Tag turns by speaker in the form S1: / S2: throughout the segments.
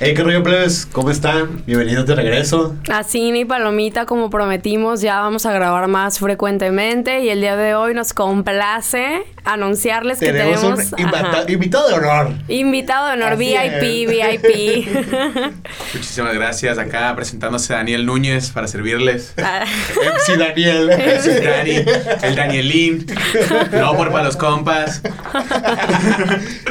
S1: Hey, qué rollo, plebes, ¿cómo están? Bienvenidos de regreso.
S2: Así y Palomita, como prometimos, ya vamos a grabar más frecuentemente y el día de hoy nos complace anunciarles
S1: tenemos
S2: que
S1: un
S2: tenemos
S1: invata-
S2: ajá,
S1: invitado de honor.
S2: invitado de honor
S1: Así
S2: VIP,
S1: es.
S2: VIP.
S3: Muchísimas gracias. Acá presentándose Daniel Núñez para servirles.
S2: Ah,
S1: MC Daniel.
S3: El Dani, el Danielín. No por para los compas.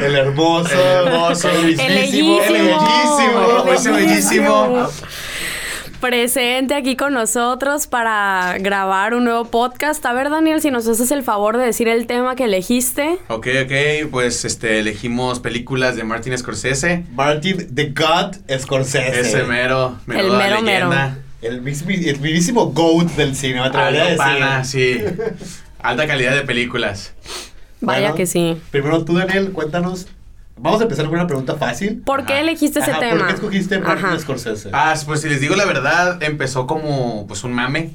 S1: El hermoso.
S3: El hermoso,
S1: El
S2: el
S1: bellísimo.
S2: bellísimo,
S1: El bellísimo.
S3: el Ese bellísimo.
S2: Presente aquí con nosotros para grabar un nuevo podcast. A ver, Daniel, si nos haces el favor de decir el tema que elegiste.
S3: Ok, ok. Pues este, elegimos películas de Martin Scorsese.
S1: Martin the God Scorsese.
S3: Ese mero,
S2: El
S3: menuda
S2: mero, mero.
S3: leyenda.
S1: El, mismi- el mismísimo GOAT del cine, me atrevería a
S3: Aldo
S1: decir.
S3: Pana, sí. Alta calidad de películas.
S2: Vaya
S1: Bueno,
S2: que sí.
S1: Primero tú, Daniel, cuéntanos. Vamos a empezar con una pregunta fácil.
S2: ¿Por qué
S3: Ajá.
S2: elegiste ese
S1: Ajá,
S2: tema?
S1: ¿Por qué escogiste Martin
S2: Ajá.
S1: Scorsese?
S3: Ah, pues si les digo la verdad, empezó como pues un mame.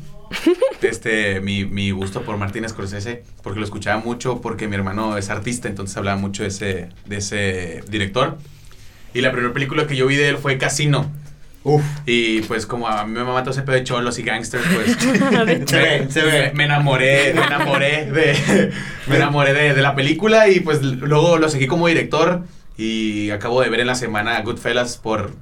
S3: Este, mi, mi gusto por Martín Scorsese, porque lo escuchaba mucho, porque mi hermano es artista, entonces hablaba mucho de ese, de ese director. Y la primera película que yo vi de él fue Casino.
S1: Uf.
S3: Y pues como a mí me mató ese pedo de cholos y gangsters, pues...
S1: Se ve, se ve.
S3: Me, me enamoré, me enamoré de... Me enamoré de, de la película y pues l- luego lo seguí como director y acabo de ver en la semana Goodfellas por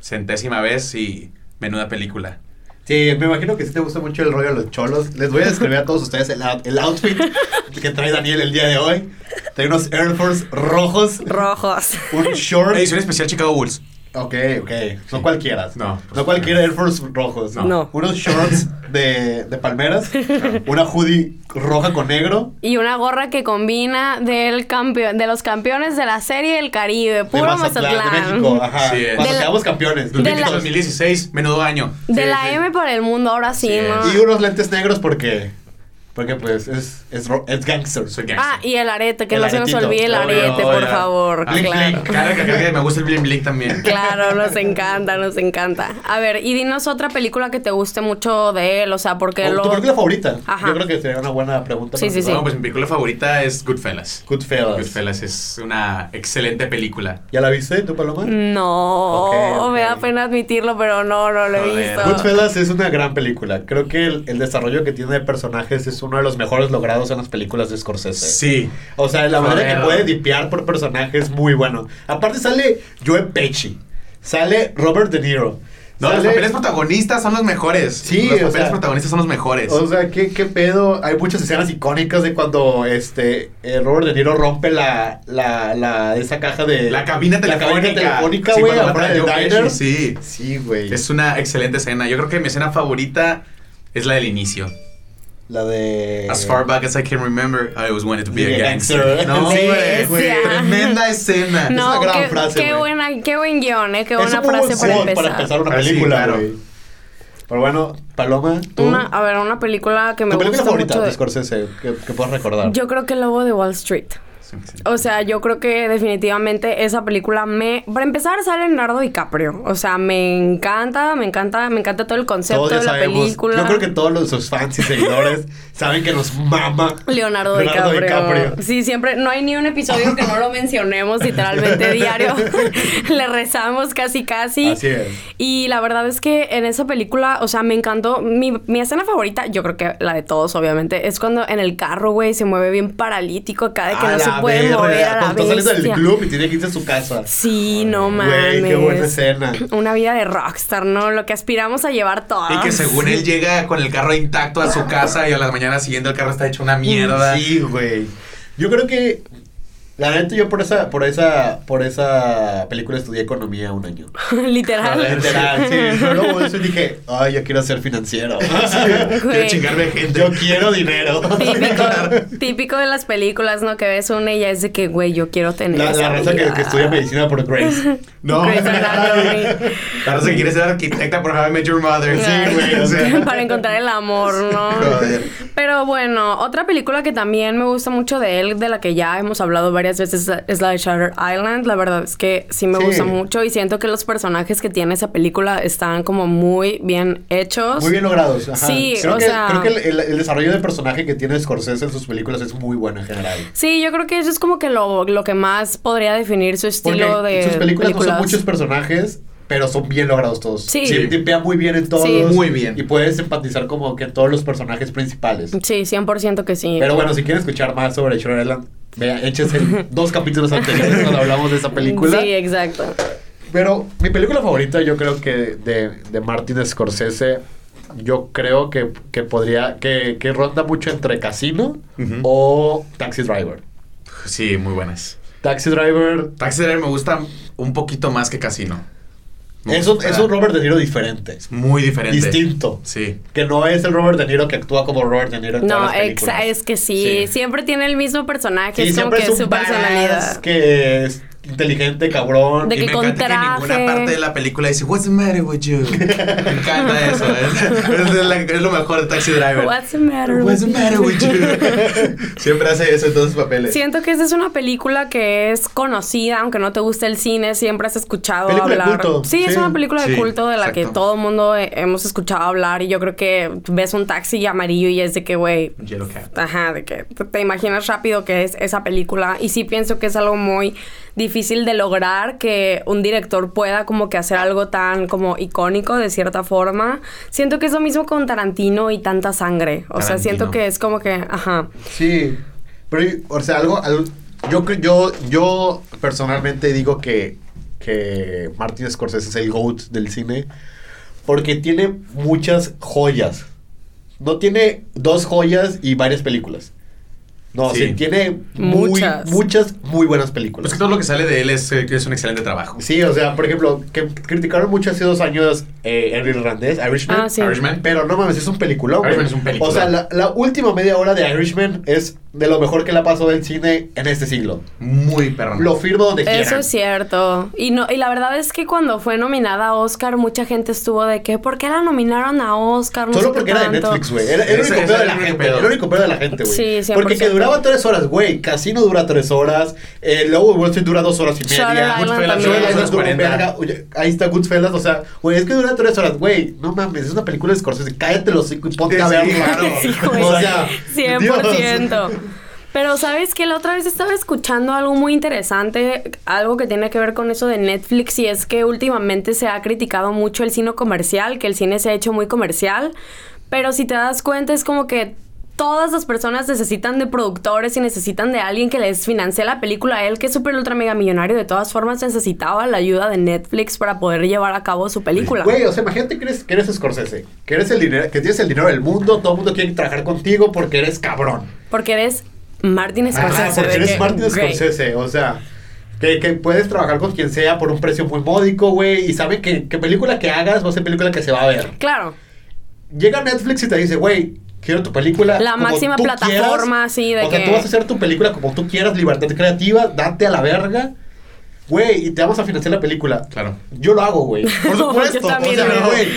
S3: centésima vez y menuda película.
S1: Sí, me imagino que sí te gusta mucho el rollo de los cholos. Les voy a describir a todos ustedes el, out- el outfit que trae Daniel el día de hoy. Trae unos Air Force rojos,
S2: Rojos.
S1: un short.
S3: Edición especial Chicago Bulls.
S1: Ok, ok. No cualquiera.
S3: No,
S1: No cualquiera Air Force rojos.
S3: No.
S2: No.
S1: Unos shorts de, de palmeras, una hoodie roja con negro.
S2: Y una gorra que combina del campeón, de los campeones de la serie del Caribe,
S1: De
S2: puro
S1: Mazatlán,
S2: Mazatlán.
S1: de México. Ajá.
S3: Sí, eh. es.
S1: Cuando
S2: De la-
S1: quedamos campeones.
S2: De la-
S3: 2016, menudo año.
S2: De
S1: Sí,
S2: la
S1: sí.
S2: M para el mundo, ahora sí,
S3: Sí,
S2: ¿no?
S3: es.
S1: Y unos lentes negros porque... Porque pues es, es, ro- es gangster.
S3: Soy gangster.
S2: Ah, y el arete, que
S1: El
S2: no se nos
S1: aretito.
S2: olvide el
S1: Obvio,
S2: arete, por
S3: obvio.
S2: favor.
S1: Ah, blink,
S2: claro.
S1: blink.
S3: Claro que, claro que me gusta el bling bling también.
S2: Claro, nos encanta, nos encanta. A ver, y dinos otra película que te guste mucho de él, o sea, porque
S1: Oh, ¿Tu
S2: lo.
S1: película favorita?
S2: Ajá.
S1: Yo creo que sería una buena pregunta.
S2: Sí,
S1: para
S2: sí, sí.
S3: Bueno, pues mi película favorita es Goodfellas.
S1: Goodfellas.
S3: Goodfellas es una excelente película.
S1: ¿Ya la viste tú, Paloma?
S2: Mm. No,
S1: Ok, ok.
S2: me da pena admitirlo, pero no, no lo he
S3: Joder.
S2: visto.
S1: Goodfellas es una gran película. Creo que el, el desarrollo que tiene de personajes es uno de los mejores logrados en las películas de Scorsese.
S3: Sí.
S1: O sea, la manera que
S3: Joder.
S1: puede dipear por personajes es muy bueno. Aparte sale Joe Pesci, sale Robert De Niro.
S3: No, los
S1: sale-
S3: papeles protagonistas son los mejores.
S1: Sí, o
S3: los papeles
S1: sea-
S3: protagonistas son los mejores.
S1: O sea, ¿qué, qué pedo? Hay muchas escenas icónicas de cuando este eh, Robert De Niro rompe la, la, la esa caja de
S3: la cabina telefónica.
S1: la cabina telefónica,
S3: Sí,
S1: güey,
S3: cuando
S1: afuera
S3: matan a
S1: del
S3: Joe
S1: diner.
S3: Pesci, Sí.
S1: Sí, güey.
S3: Es una excelente escena. Yo creo que mi escena favorita es la del inicio.
S1: La de
S3: As far back as I can remember, I always wanted to be a
S1: Yeah,
S3: gangster.
S1: gangster.
S3: No,
S1: Sí,
S3: hombre, güey.
S2: sí.
S3: Tremenda escena.
S2: No,
S1: una gran
S2: qué,
S1: frase,
S2: qué
S1: güey.
S2: buena, qué buen guión, eh, qué
S1: Es
S2: buena
S1: un muy
S2: frase
S1: buen
S2: para
S1: quote
S2: empezar.
S1: una
S3: Ah, sí,
S1: película,
S3: claro.
S1: güey. Pero bueno, Paloma, tú.
S2: Una, a ver, una película que me
S1: ¿Tu película
S2: gusta
S1: favorita
S2: mucho.
S1: de
S2: de-
S1: Scorsese que, que puedas recordar?
S2: Yo creo que el lobo de Wall Street. O sea, yo creo que definitivamente esa película me... Para empezar, sale Leonardo DiCaprio. O sea, me encanta, me encanta, me encanta todo el concepto
S1: todos ya
S2: de la
S1: sabemos.
S2: película.
S1: Yo creo que todos los- sus fans y seguidores saben que nos mama
S2: Leonardo, DiCaprio. Sí, siempre, no hay ni un episodio que no lo mencionemos, literalmente diario. Le rezamos casi, casi.
S1: Así es.
S2: Y la verdad es que en esa película, o sea, me encantó. Mi, mi escena favorita, yo creo que la de todos, obviamente, es cuando en el carro, güey, se mueve bien paralítico acá, de que
S1: A
S2: no
S1: la
S2: se puede
S1: verga,
S2: mover a la
S1: Cuando está saliendo del
S2: bestia.
S1: club y tiene que irse a su casa.
S2: Sí, no mames.
S1: Güey, qué buena escena.
S2: Una vida de rockstar, ¿no? Lo que aspiramos a llevar todos.
S3: Y que
S2: Ah,
S3: según él llega con el carro intacto a su casa y a la mañana siguiente el carro está hecho una mierda.
S1: Sí, güey. Yo creo que la neta yo por esa por esa por esa película estudié economía un año.
S2: Literal.
S1: Literal, sí. Yo luego eso y dije, "Ay, yo quiero ser financiero."
S3: Quiero
S2: Güey.
S3: chingarme de gente.
S1: Yo quiero dinero.
S2: Típico, típico de las películas, ¿no? Que ves una y ya es de que, güey, yo quiero tener
S1: La,
S2: esa
S1: la raza que,
S2: vida.
S1: que estudia medicina por Grace.
S3: No.
S2: Grey's Anatomy.
S3: Claro, si quieres ser arquitecta por How I Met Your Mother.
S2: Ay,
S3: Sí, güey. O sea.
S2: Para encontrar el amor, ¿no?
S3: Joder.
S2: Pero bueno, otra película que también me gusta mucho de él, de la que ya hemos hablado varias veces, es la de Shutter Island. La verdad es que sí me
S1: Sí.
S2: gusta mucho y siento que los personajes que tiene esa película están como muy bien hechos.
S1: Muy bien logrados. Ajá.
S2: Sí,
S1: creo
S2: o
S1: que,
S2: sea-
S1: Creo que el, el- el desarrollo de personaje que tiene Scorsese en sus películas es muy bueno en general.
S2: Sí, yo creo que eso es como que lo, lo que más podría definir su
S1: Porque
S2: estilo de
S1: sus películas no son
S2: películas.
S1: muchos personajes pero son bien logrados todos.
S2: Sí.
S1: Sí, tipea muy bien en todos.
S2: Sí.
S3: Muy bien.
S1: Y puedes empatizar como que en todos los personajes principales.
S2: Sí, 100% que sí.
S1: Pero bueno, si quieren escuchar más sobre Shutter Island, vea, échense dos capítulos anteriores cuando hablamos de esa película.
S2: Sí, exacto.
S1: Pero mi película favorita, yo creo que de, de Martin Scorsese, yo creo que, que podría, que, que ronda mucho entre Casino
S3: Ujú.
S1: o Taxi Driver.
S3: Pues Sí, muy buenas.
S1: Taxi Driver
S3: Taxi Driver me gusta un poquito más que Casino. Me
S1: es un,
S3: gusta-
S1: es un Robert De Niro diferente,
S3: Muy diferente.
S1: distinto.
S3: Sí.
S1: Que no es el Robert De Niro que actúa como Robert De Niro en todas
S2: No,
S1: las películas.
S2: exa- es que sí,
S3: Sí.
S2: Siempre tiene el mismo personaje.
S1: Y
S2: es como
S1: siempre
S2: que
S1: es un
S2: su
S1: badass
S2: personalidad.
S1: que es inteligente, cabrón.
S2: De
S1: y
S2: que
S3: me encanta
S2: contraje.
S3: que ninguna parte de la película dice What's the matter with you? Me encanta eso. Es, es la- es lo mejor de Taxi Driver.
S2: What's the matter
S3: What's the
S2: with
S3: matter
S2: you?
S3: with you? Siempre hace eso en todos sus papeles.
S2: Siento que esta es una película que es conocida, aunque no te guste el cine, siempre has escuchado
S1: Película de
S2: hablar.
S1: culto.
S2: Sí, es
S1: Sí.
S2: una película de
S3: Sí,
S2: culto de la que
S3: exacto.
S2: todo el mundo eh, hemos escuchado hablar y yo creo que ves un taxi amarillo y es de que, güey,
S3: Yellow Cab.
S2: Ajá, de que te te imaginas rápido que es esa película. Y sí pienso que es algo muy difícil de lograr que un director pueda como que hacer algo tan como icónico de cierta forma. Siento que es lo mismo con Tarantino y tanta sangre. O sea,
S3: Tarantino.
S2: siento que es como que, ajá.
S1: Sí, pero o sea, algo, algo- yo cre- yo yo personalmente digo que que Martin Scorsese es el GOAT del cine porque tiene muchas joyas. No tiene dos joyas y varias películas. No,
S3: Sí.
S1: sí, tiene muy-
S2: Muchas.
S1: muchas muy buenas
S3: Pues
S1: películas.
S3: que todo lo que sale de él es, eh, que es un excelente trabajo.
S1: Sí, o sea, por ejemplo, que criticaron mucho hace dos años eh, el irlandés, Irishman.
S2: Ah, sí.
S3: Irishman.
S1: Pero no mames, es un peliculón. güey.
S3: Irishman es un peliculón.
S1: O sea, la, la última media hora de Irishman es de lo mejor que la pasó del cine en este siglo.
S3: Muy perro.
S1: Lo firmo donde quieran.
S2: Eso es cierto. Y no, y la verdad es que cuando fue nominada a Oscar, mucha gente estuvo de que, ¿por qué la nominaron a Oscar? No sé
S1: Solo
S2: qué
S1: porque era de
S2: tanto".
S1: Netflix, güey. Era, era el
S3: Ese-
S1: único pedo
S3: ese
S1: de
S3: era
S1: la
S3: el único
S1: gente.
S3: pedo.
S1: Era el único pedo de la gente, güey.
S2: Sí, 100%.
S1: Porque que duraba tres horas, güey. Casino dura tres horas. Eh, Lobo de Wall Street dura dos horas y media.
S2: Shutter Island
S1: Goodfellas dura
S2: también. Shutter
S1: dos horas
S3: Island
S1: como
S3: 40.
S1: verga. Oye, Ahí está Goodfellas. O sea, güey, es que dura tres horas. Güey, no mames, es una película de Scorsese. Cállate los cinco y ponte
S3: Sí,
S1: a verlo.
S3: claro.
S2: Sí, güey.
S1: O sea,
S2: 100%. Pero sabes que la otra vez estaba escuchando algo muy interesante, algo que tiene que ver con eso de Netflix y es que últimamente se ha criticado mucho el cine comercial, que el cine se ha hecho muy comercial, pero si te das cuenta es como que todas las personas necesitan de productores y necesitan de alguien que les financie la película. Él que es súper ultra mega millonario de todas formas necesitaba la ayuda de Netflix para poder llevar a cabo su película.
S1: Güey, o sea, imagínate que eres, que eres Scorsese, que eres el dinero, que tienes el dinero del mundo, todo el mundo quiere trabajar contigo porque eres cabrón.
S2: Porque eres Martin
S1: Ajá, porque
S2: Scorsese. de
S1: Ah, eres
S2: que,
S1: Martin
S2: güey.
S1: Scorsese, o sea, que, que puedes trabajar con quien sea por un precio muy módico, güey, y saben que, que película que hagas va a ser película que se va a ver.
S2: Claro.
S1: Llega Netflix y te dice, güey, quiero tu película.
S2: La máxima
S1: tú
S2: plataforma, sí, de
S1: O sea,
S2: que-
S1: tú vas a hacer tu película como tú quieras, libertad creativa, date a la verga. Güey, y te vamos a financiar la película.
S3: Claro.
S1: Yo lo hago, güey. Por
S2: Yo
S1: supuesto.
S2: también,
S1: o, sea,
S2: güey.
S1: güey,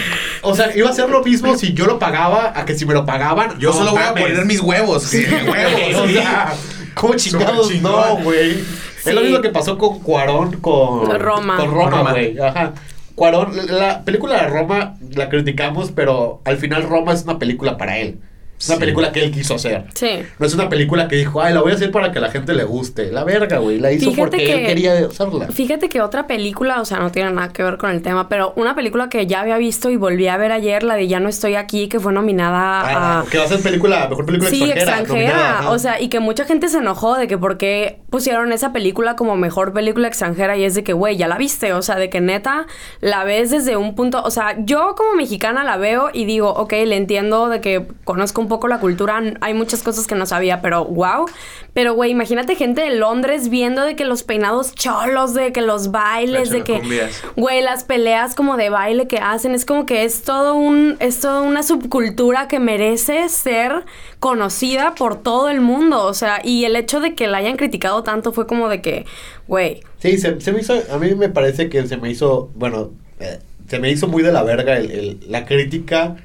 S1: o sea, iba a ser lo mismo si yo lo pagaba a que si me lo pagaban.
S3: Yo
S1: No
S3: solo voy a
S1: mames.
S3: poner mis huevos. Sí,
S1: O
S3: huevos.
S1: sea, ¿cómo chingados?
S3: chingón.
S1: No, güey. Es lo
S2: Sí.
S1: mismo que pasó con Cuarón, con
S2: Roma.
S1: Con Roma,
S3: Roma.
S1: güey. Ajá. Cuarón, la- la película de Roma la criticamos, pero al final Roma es una película para él. Es una
S3: Sí.
S1: película que él quiso hacer.
S2: Sí.
S1: No es una película que dijo, ay, la voy a hacer para que la gente le guste. La verga, güey. La hizo
S2: Fíjate
S1: porque él
S2: que-
S1: quería usarla.
S2: Fíjate que otra película, o sea, no tiene nada que ver con el tema, pero una película que ya había visto y volví a ver ayer, la de Ya no estoy aquí, que fue nominada a...
S1: Ah, que va a ser película, mejor película
S2: Sí,
S1: extranjera. nominada, ajá.
S2: o sea, y que mucha gente se enojó de que por qué pusieron esa película como mejor película extranjera y es de que, güey, ya la viste, o sea, de que neta la ves desde un punto, o sea, yo como mexicana la veo y digo, ok, le entiendo de que conozco un poco la cultura, n- hay muchas cosas que no sabía, pero wow, pero güey, imagínate gente de Londres viendo de que los peinados cholos, de que los bailes, de que...
S3: cholocumbias.
S2: Güey, las peleas como de baile que hacen, es como que es todo un, es toda una subcultura que merece ser conocida por todo el mundo. O sea, y el hecho de que la hayan criticado tanto fue como de que, güey,
S1: Sí, se, se me hizo, a mí me parece que se me hizo, bueno, eh, se me hizo muy de la verga el- el- la crítica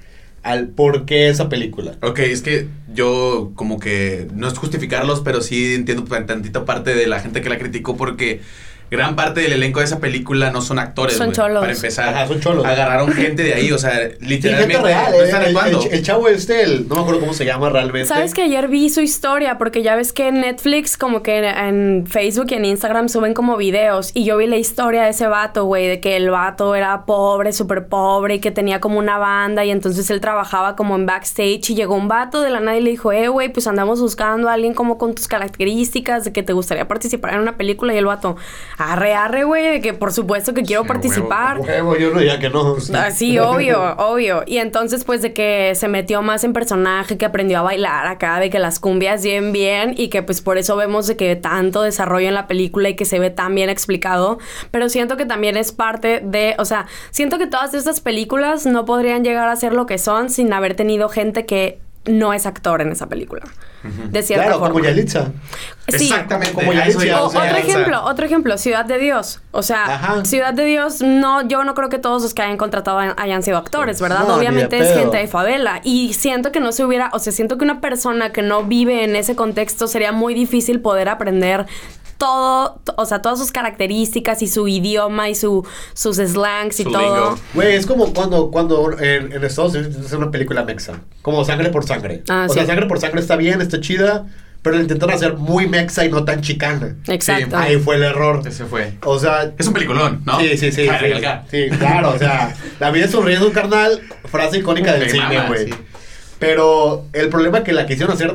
S1: al por qué esa película.
S3: Ok, es que yo como que no es justificarlos, pero sí entiendo tan- tantita parte de la gente que la criticó porque gran parte del elenco de esa película no son actores.
S2: Son
S3: güey,
S2: cholos.
S3: Para empezar,
S1: Ajá, son cholos.
S3: agarraron gente de ahí, o sea,
S1: Sí, gente
S3: literalmente.
S1: real,
S3: no
S1: eh,
S3: están
S1: el-
S3: actuando.
S1: el, el chavo este, el- no me acuerdo cómo se llama realmente.
S2: Sabes que ayer vi su historia porque ya ves que en Netflix como que en- en Facebook y en Instagram suben como videos y yo vi la historia de ese vato, güey, de que el vato era pobre, súper pobre y que tenía como una banda y entonces él trabajaba como en backstage y llegó un vato de la nada y le dijo, eh, güey, pues andamos buscando a alguien como con tus características, de que te gustaría participar en una película y el vato, arre, arre, güey, de que por supuesto que quiero
S3: Sí, a huevo,
S2: participar.
S1: Huevo, yo no diría que no.
S2: Ah, sí, obvio, obvio. Y entonces, pues, de que se metió más en personaje, que aprendió a bailar acá, de que las cumbias bien, bien, y que, pues, por eso vemos de que tanto desarrollo en la película y que se ve tan bien explicado. Pero siento que también es parte de, o sea, siento que todas estas películas no podrían llegar a ser lo que son sin haber tenido gente que no es actor en esa película. De cierta
S1: Claro,
S2: forma.
S1: como Yalitza.
S2: Sí.
S3: Exactamente.
S1: Como ya
S3: a eso
S1: decía,
S3: iba,
S2: O-
S1: o sea,
S2: otro
S3: o sea,
S2: ejemplo, otro ejemplo, Ciudad de Dios. O sea,
S1: Ajá.
S2: Ciudad de Dios, no, yo no creo que todos los que hayan contratado hayan- hayan sido actores, ¿verdad?
S1: Pues No, ni de
S2: Obviamente es
S1: pedo.
S2: gente de favela. Y siento que no se hubiera, o sea, siento que una persona que no vive en ese contexto sería muy difícil poder aprender todo, t- o sea, todas sus características y su idioma y su, sus slangs y
S3: Su
S2: todo.
S3: lingo.
S1: Güey, es como cuando, cuando en, en Estados Unidos es una película mexa. Como sangre por sangre.
S2: Ah,
S1: o
S2: sí.
S1: sea, sangre por sangre está bien, está chida, pero la intentaron hacer muy mexa y no tan chicana.
S2: Exacto.
S1: Ahí fue el error.
S3: Ese fue.
S1: O sea.
S3: Es un peliculón, ¿no?
S1: Sí, sí, sí.
S3: Cabe
S1: sí,
S3: recalcar.
S1: sí, claro, o sea, la vida sonriendo, carnal, frase icónica del
S3: Me
S1: cine,
S3: mama,
S1: güey.
S3: sí.
S1: Pero el problema es que la quisieron hacer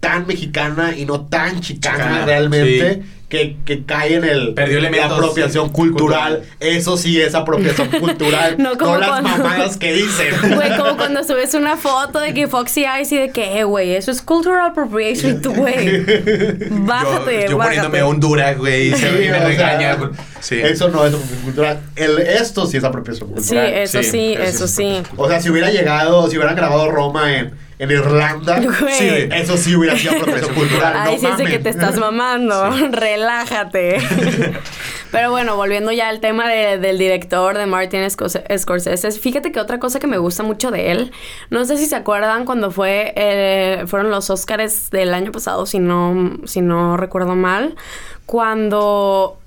S1: tan mexicana y no tan chicana,
S3: Chicana,
S1: realmente,
S3: sí
S1: que, que cae en el
S3: Perdió elementos,
S1: la apropiación
S3: sí,
S1: cultural.
S3: cultural.
S1: Eso sí es apropiación cultural,
S2: No
S1: no,
S2: como
S1: las
S2: cuando-
S1: mamadas que dicen.
S2: Güey, como cuando subes una foto de que Foxy Eyes y de que, eh, güey, eso es cultural appropriation, tú, güey. Bájate,
S3: yo, yo poniéndome
S2: bájate.
S3: Honduras, güey, y
S1: Sí,
S3: se y
S1: o
S3: me
S1: sea,
S3: regaña. güey. Sí.
S1: Eso no es apropiación cultural. El, esto sí es apropiación cultural.
S2: Sí, eso
S3: Sí,
S2: sí,
S3: eso sí
S2: eso
S3: es
S2: sí.
S1: O sea, si hubiera llegado, si hubieran grabado Roma en, en Irlanda,
S2: Güey.
S1: sí, eso sí hubiera sido apropiación cultural.
S2: Ay,
S1: no
S2: sí, es de
S1: mamen.
S2: que te estás mamando. Relájate. Pero bueno, volviendo ya al tema de- del director de Martin Scorse- Scorsese. Fíjate que otra cosa que me gusta mucho de él. No sé si se acuerdan cuando fue eh, fueron los Oscars del año pasado, si no, si no recuerdo mal. Cuando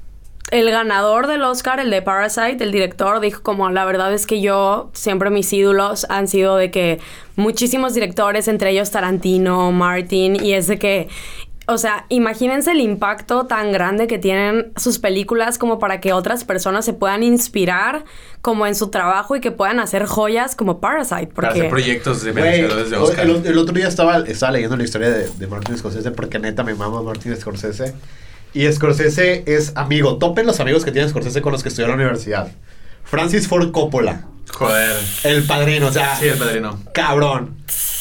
S2: el ganador del Oscar, el de Parasite, el director, dijo como la verdad es que yo siempre mis ídolos han sido de que muchísimos directores, entre ellos Tarantino, Martin, y es de que, o sea, imagínense el impacto tan grande que tienen sus películas como para que otras personas se puedan inspirar como en su trabajo y que puedan hacer joyas como Parasite,
S3: Para hacer
S2: porque...
S3: proyectos de
S1: Güey,
S3: vencedores de Oscar.
S1: el, el otro día estaba, estaba leyendo la historia de, de Martin Scorsese porque neta me mama Martin Scorsese. Y Scorsese es amigo. Topen los amigos que tiene Scorsese con los que estudió en la universidad. Francis Ford Coppola,
S3: Joder.
S1: el padrino, o sea,
S3: Sí, el padrino.
S1: cabrón.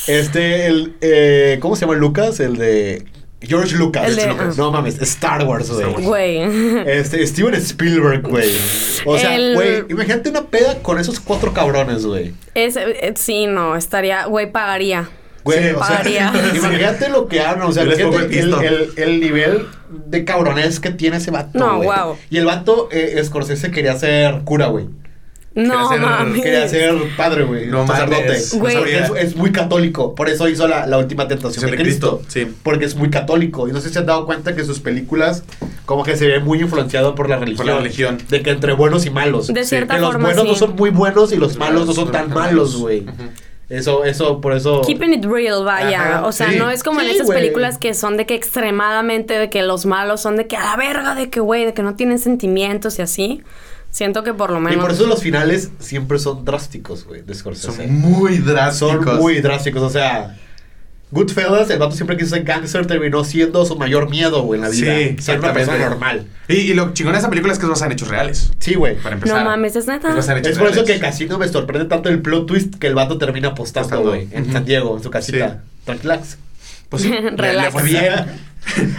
S1: Este, el, eh, ¿cómo se llama Lucas? El de George Lucas.
S2: El de-
S1: George Lucas. No mames, Star Wars, güey.
S3: Star Wars.
S2: Güey.
S1: Este, Steven Spielberg, güey. O sea,
S2: El-
S1: güey, imagínate una peda con esos cuatro cabrones, güey.
S2: Es, eh, sí, no, estaría, güey, pagaría.
S1: Güey,
S3: Sí,
S1: o sea,
S2: pagaría.
S1: imagínate lo que hablan, o sea,
S3: Yo les pongo el
S1: imagínate el,
S3: pisto.
S1: el- el nivel de cabrones que tiene ese vato.
S2: No,
S1: güey.
S2: guau.
S1: Y el vato, eh, Scorsese quería ser cura, güey.
S2: No,
S3: hacer-
S2: mames.
S1: Quería ser padre, güey.
S3: No
S1: sacerdote.
S3: mames,
S2: no Güey.
S1: Porque Es,
S3: sabía.
S1: es muy católico. Por eso hizo la, la última tentación de,
S3: De
S1: Cristo.
S3: Cristo, sí.
S1: Porque es muy católico. Y no sé si se han dado cuenta que sus películas, como que se ve muy influenciado por la religión.
S3: religión.
S1: De que entre buenos y malos.
S2: De
S1: Sí.
S2: cierta
S1: que los
S2: forma,
S1: buenos
S2: sí.
S1: no son muy buenos y los
S3: Los
S1: malos no
S3: malos
S1: son
S3: no
S1: tan
S3: son tan
S1: malos,
S3: malos.
S1: güey.
S3: Ujú.
S1: Eso, eso, por eso.
S2: Keeping it real, vaya.
S1: Ajá,
S2: o sea,
S1: sí.
S2: no es como en
S1: Sí,
S2: esas
S1: güey.
S2: películas que son de que extremadamente, de que los malos son de que a la verga, de que güey, de que no tienen sentimientos y así. Siento que por lo
S1: Y
S2: menos.
S1: por eso los finales siempre son drásticos, güey, de Scorsese.
S3: Son muy drásticos.
S1: Son muy drásticos, o sea. Goodfellas, el vato siempre quiso ser gangster, terminó siendo su mayor miedo, güey, en la
S3: Sí,
S1: vida. ser una
S3: exactamente.
S1: persona normal.
S3: Y, y lo chingón de esa película es que es basada en hechos reales.
S1: Sí, güey.
S3: Para empezar.
S2: No mames, es neta.
S3: Es basada en hechos
S1: Es por eso que
S3: reales.
S1: Casino me sorprende tanto el plot twist que el vato termina apostando,
S3: Apostando.
S1: güey, en
S3: Ujú.
S1: San Diego, en su casita.
S3: Sí.
S1: Tranquilax.
S3: Pues sí, le- le,
S2: Relax.
S3: fue bien.
S1: Bien.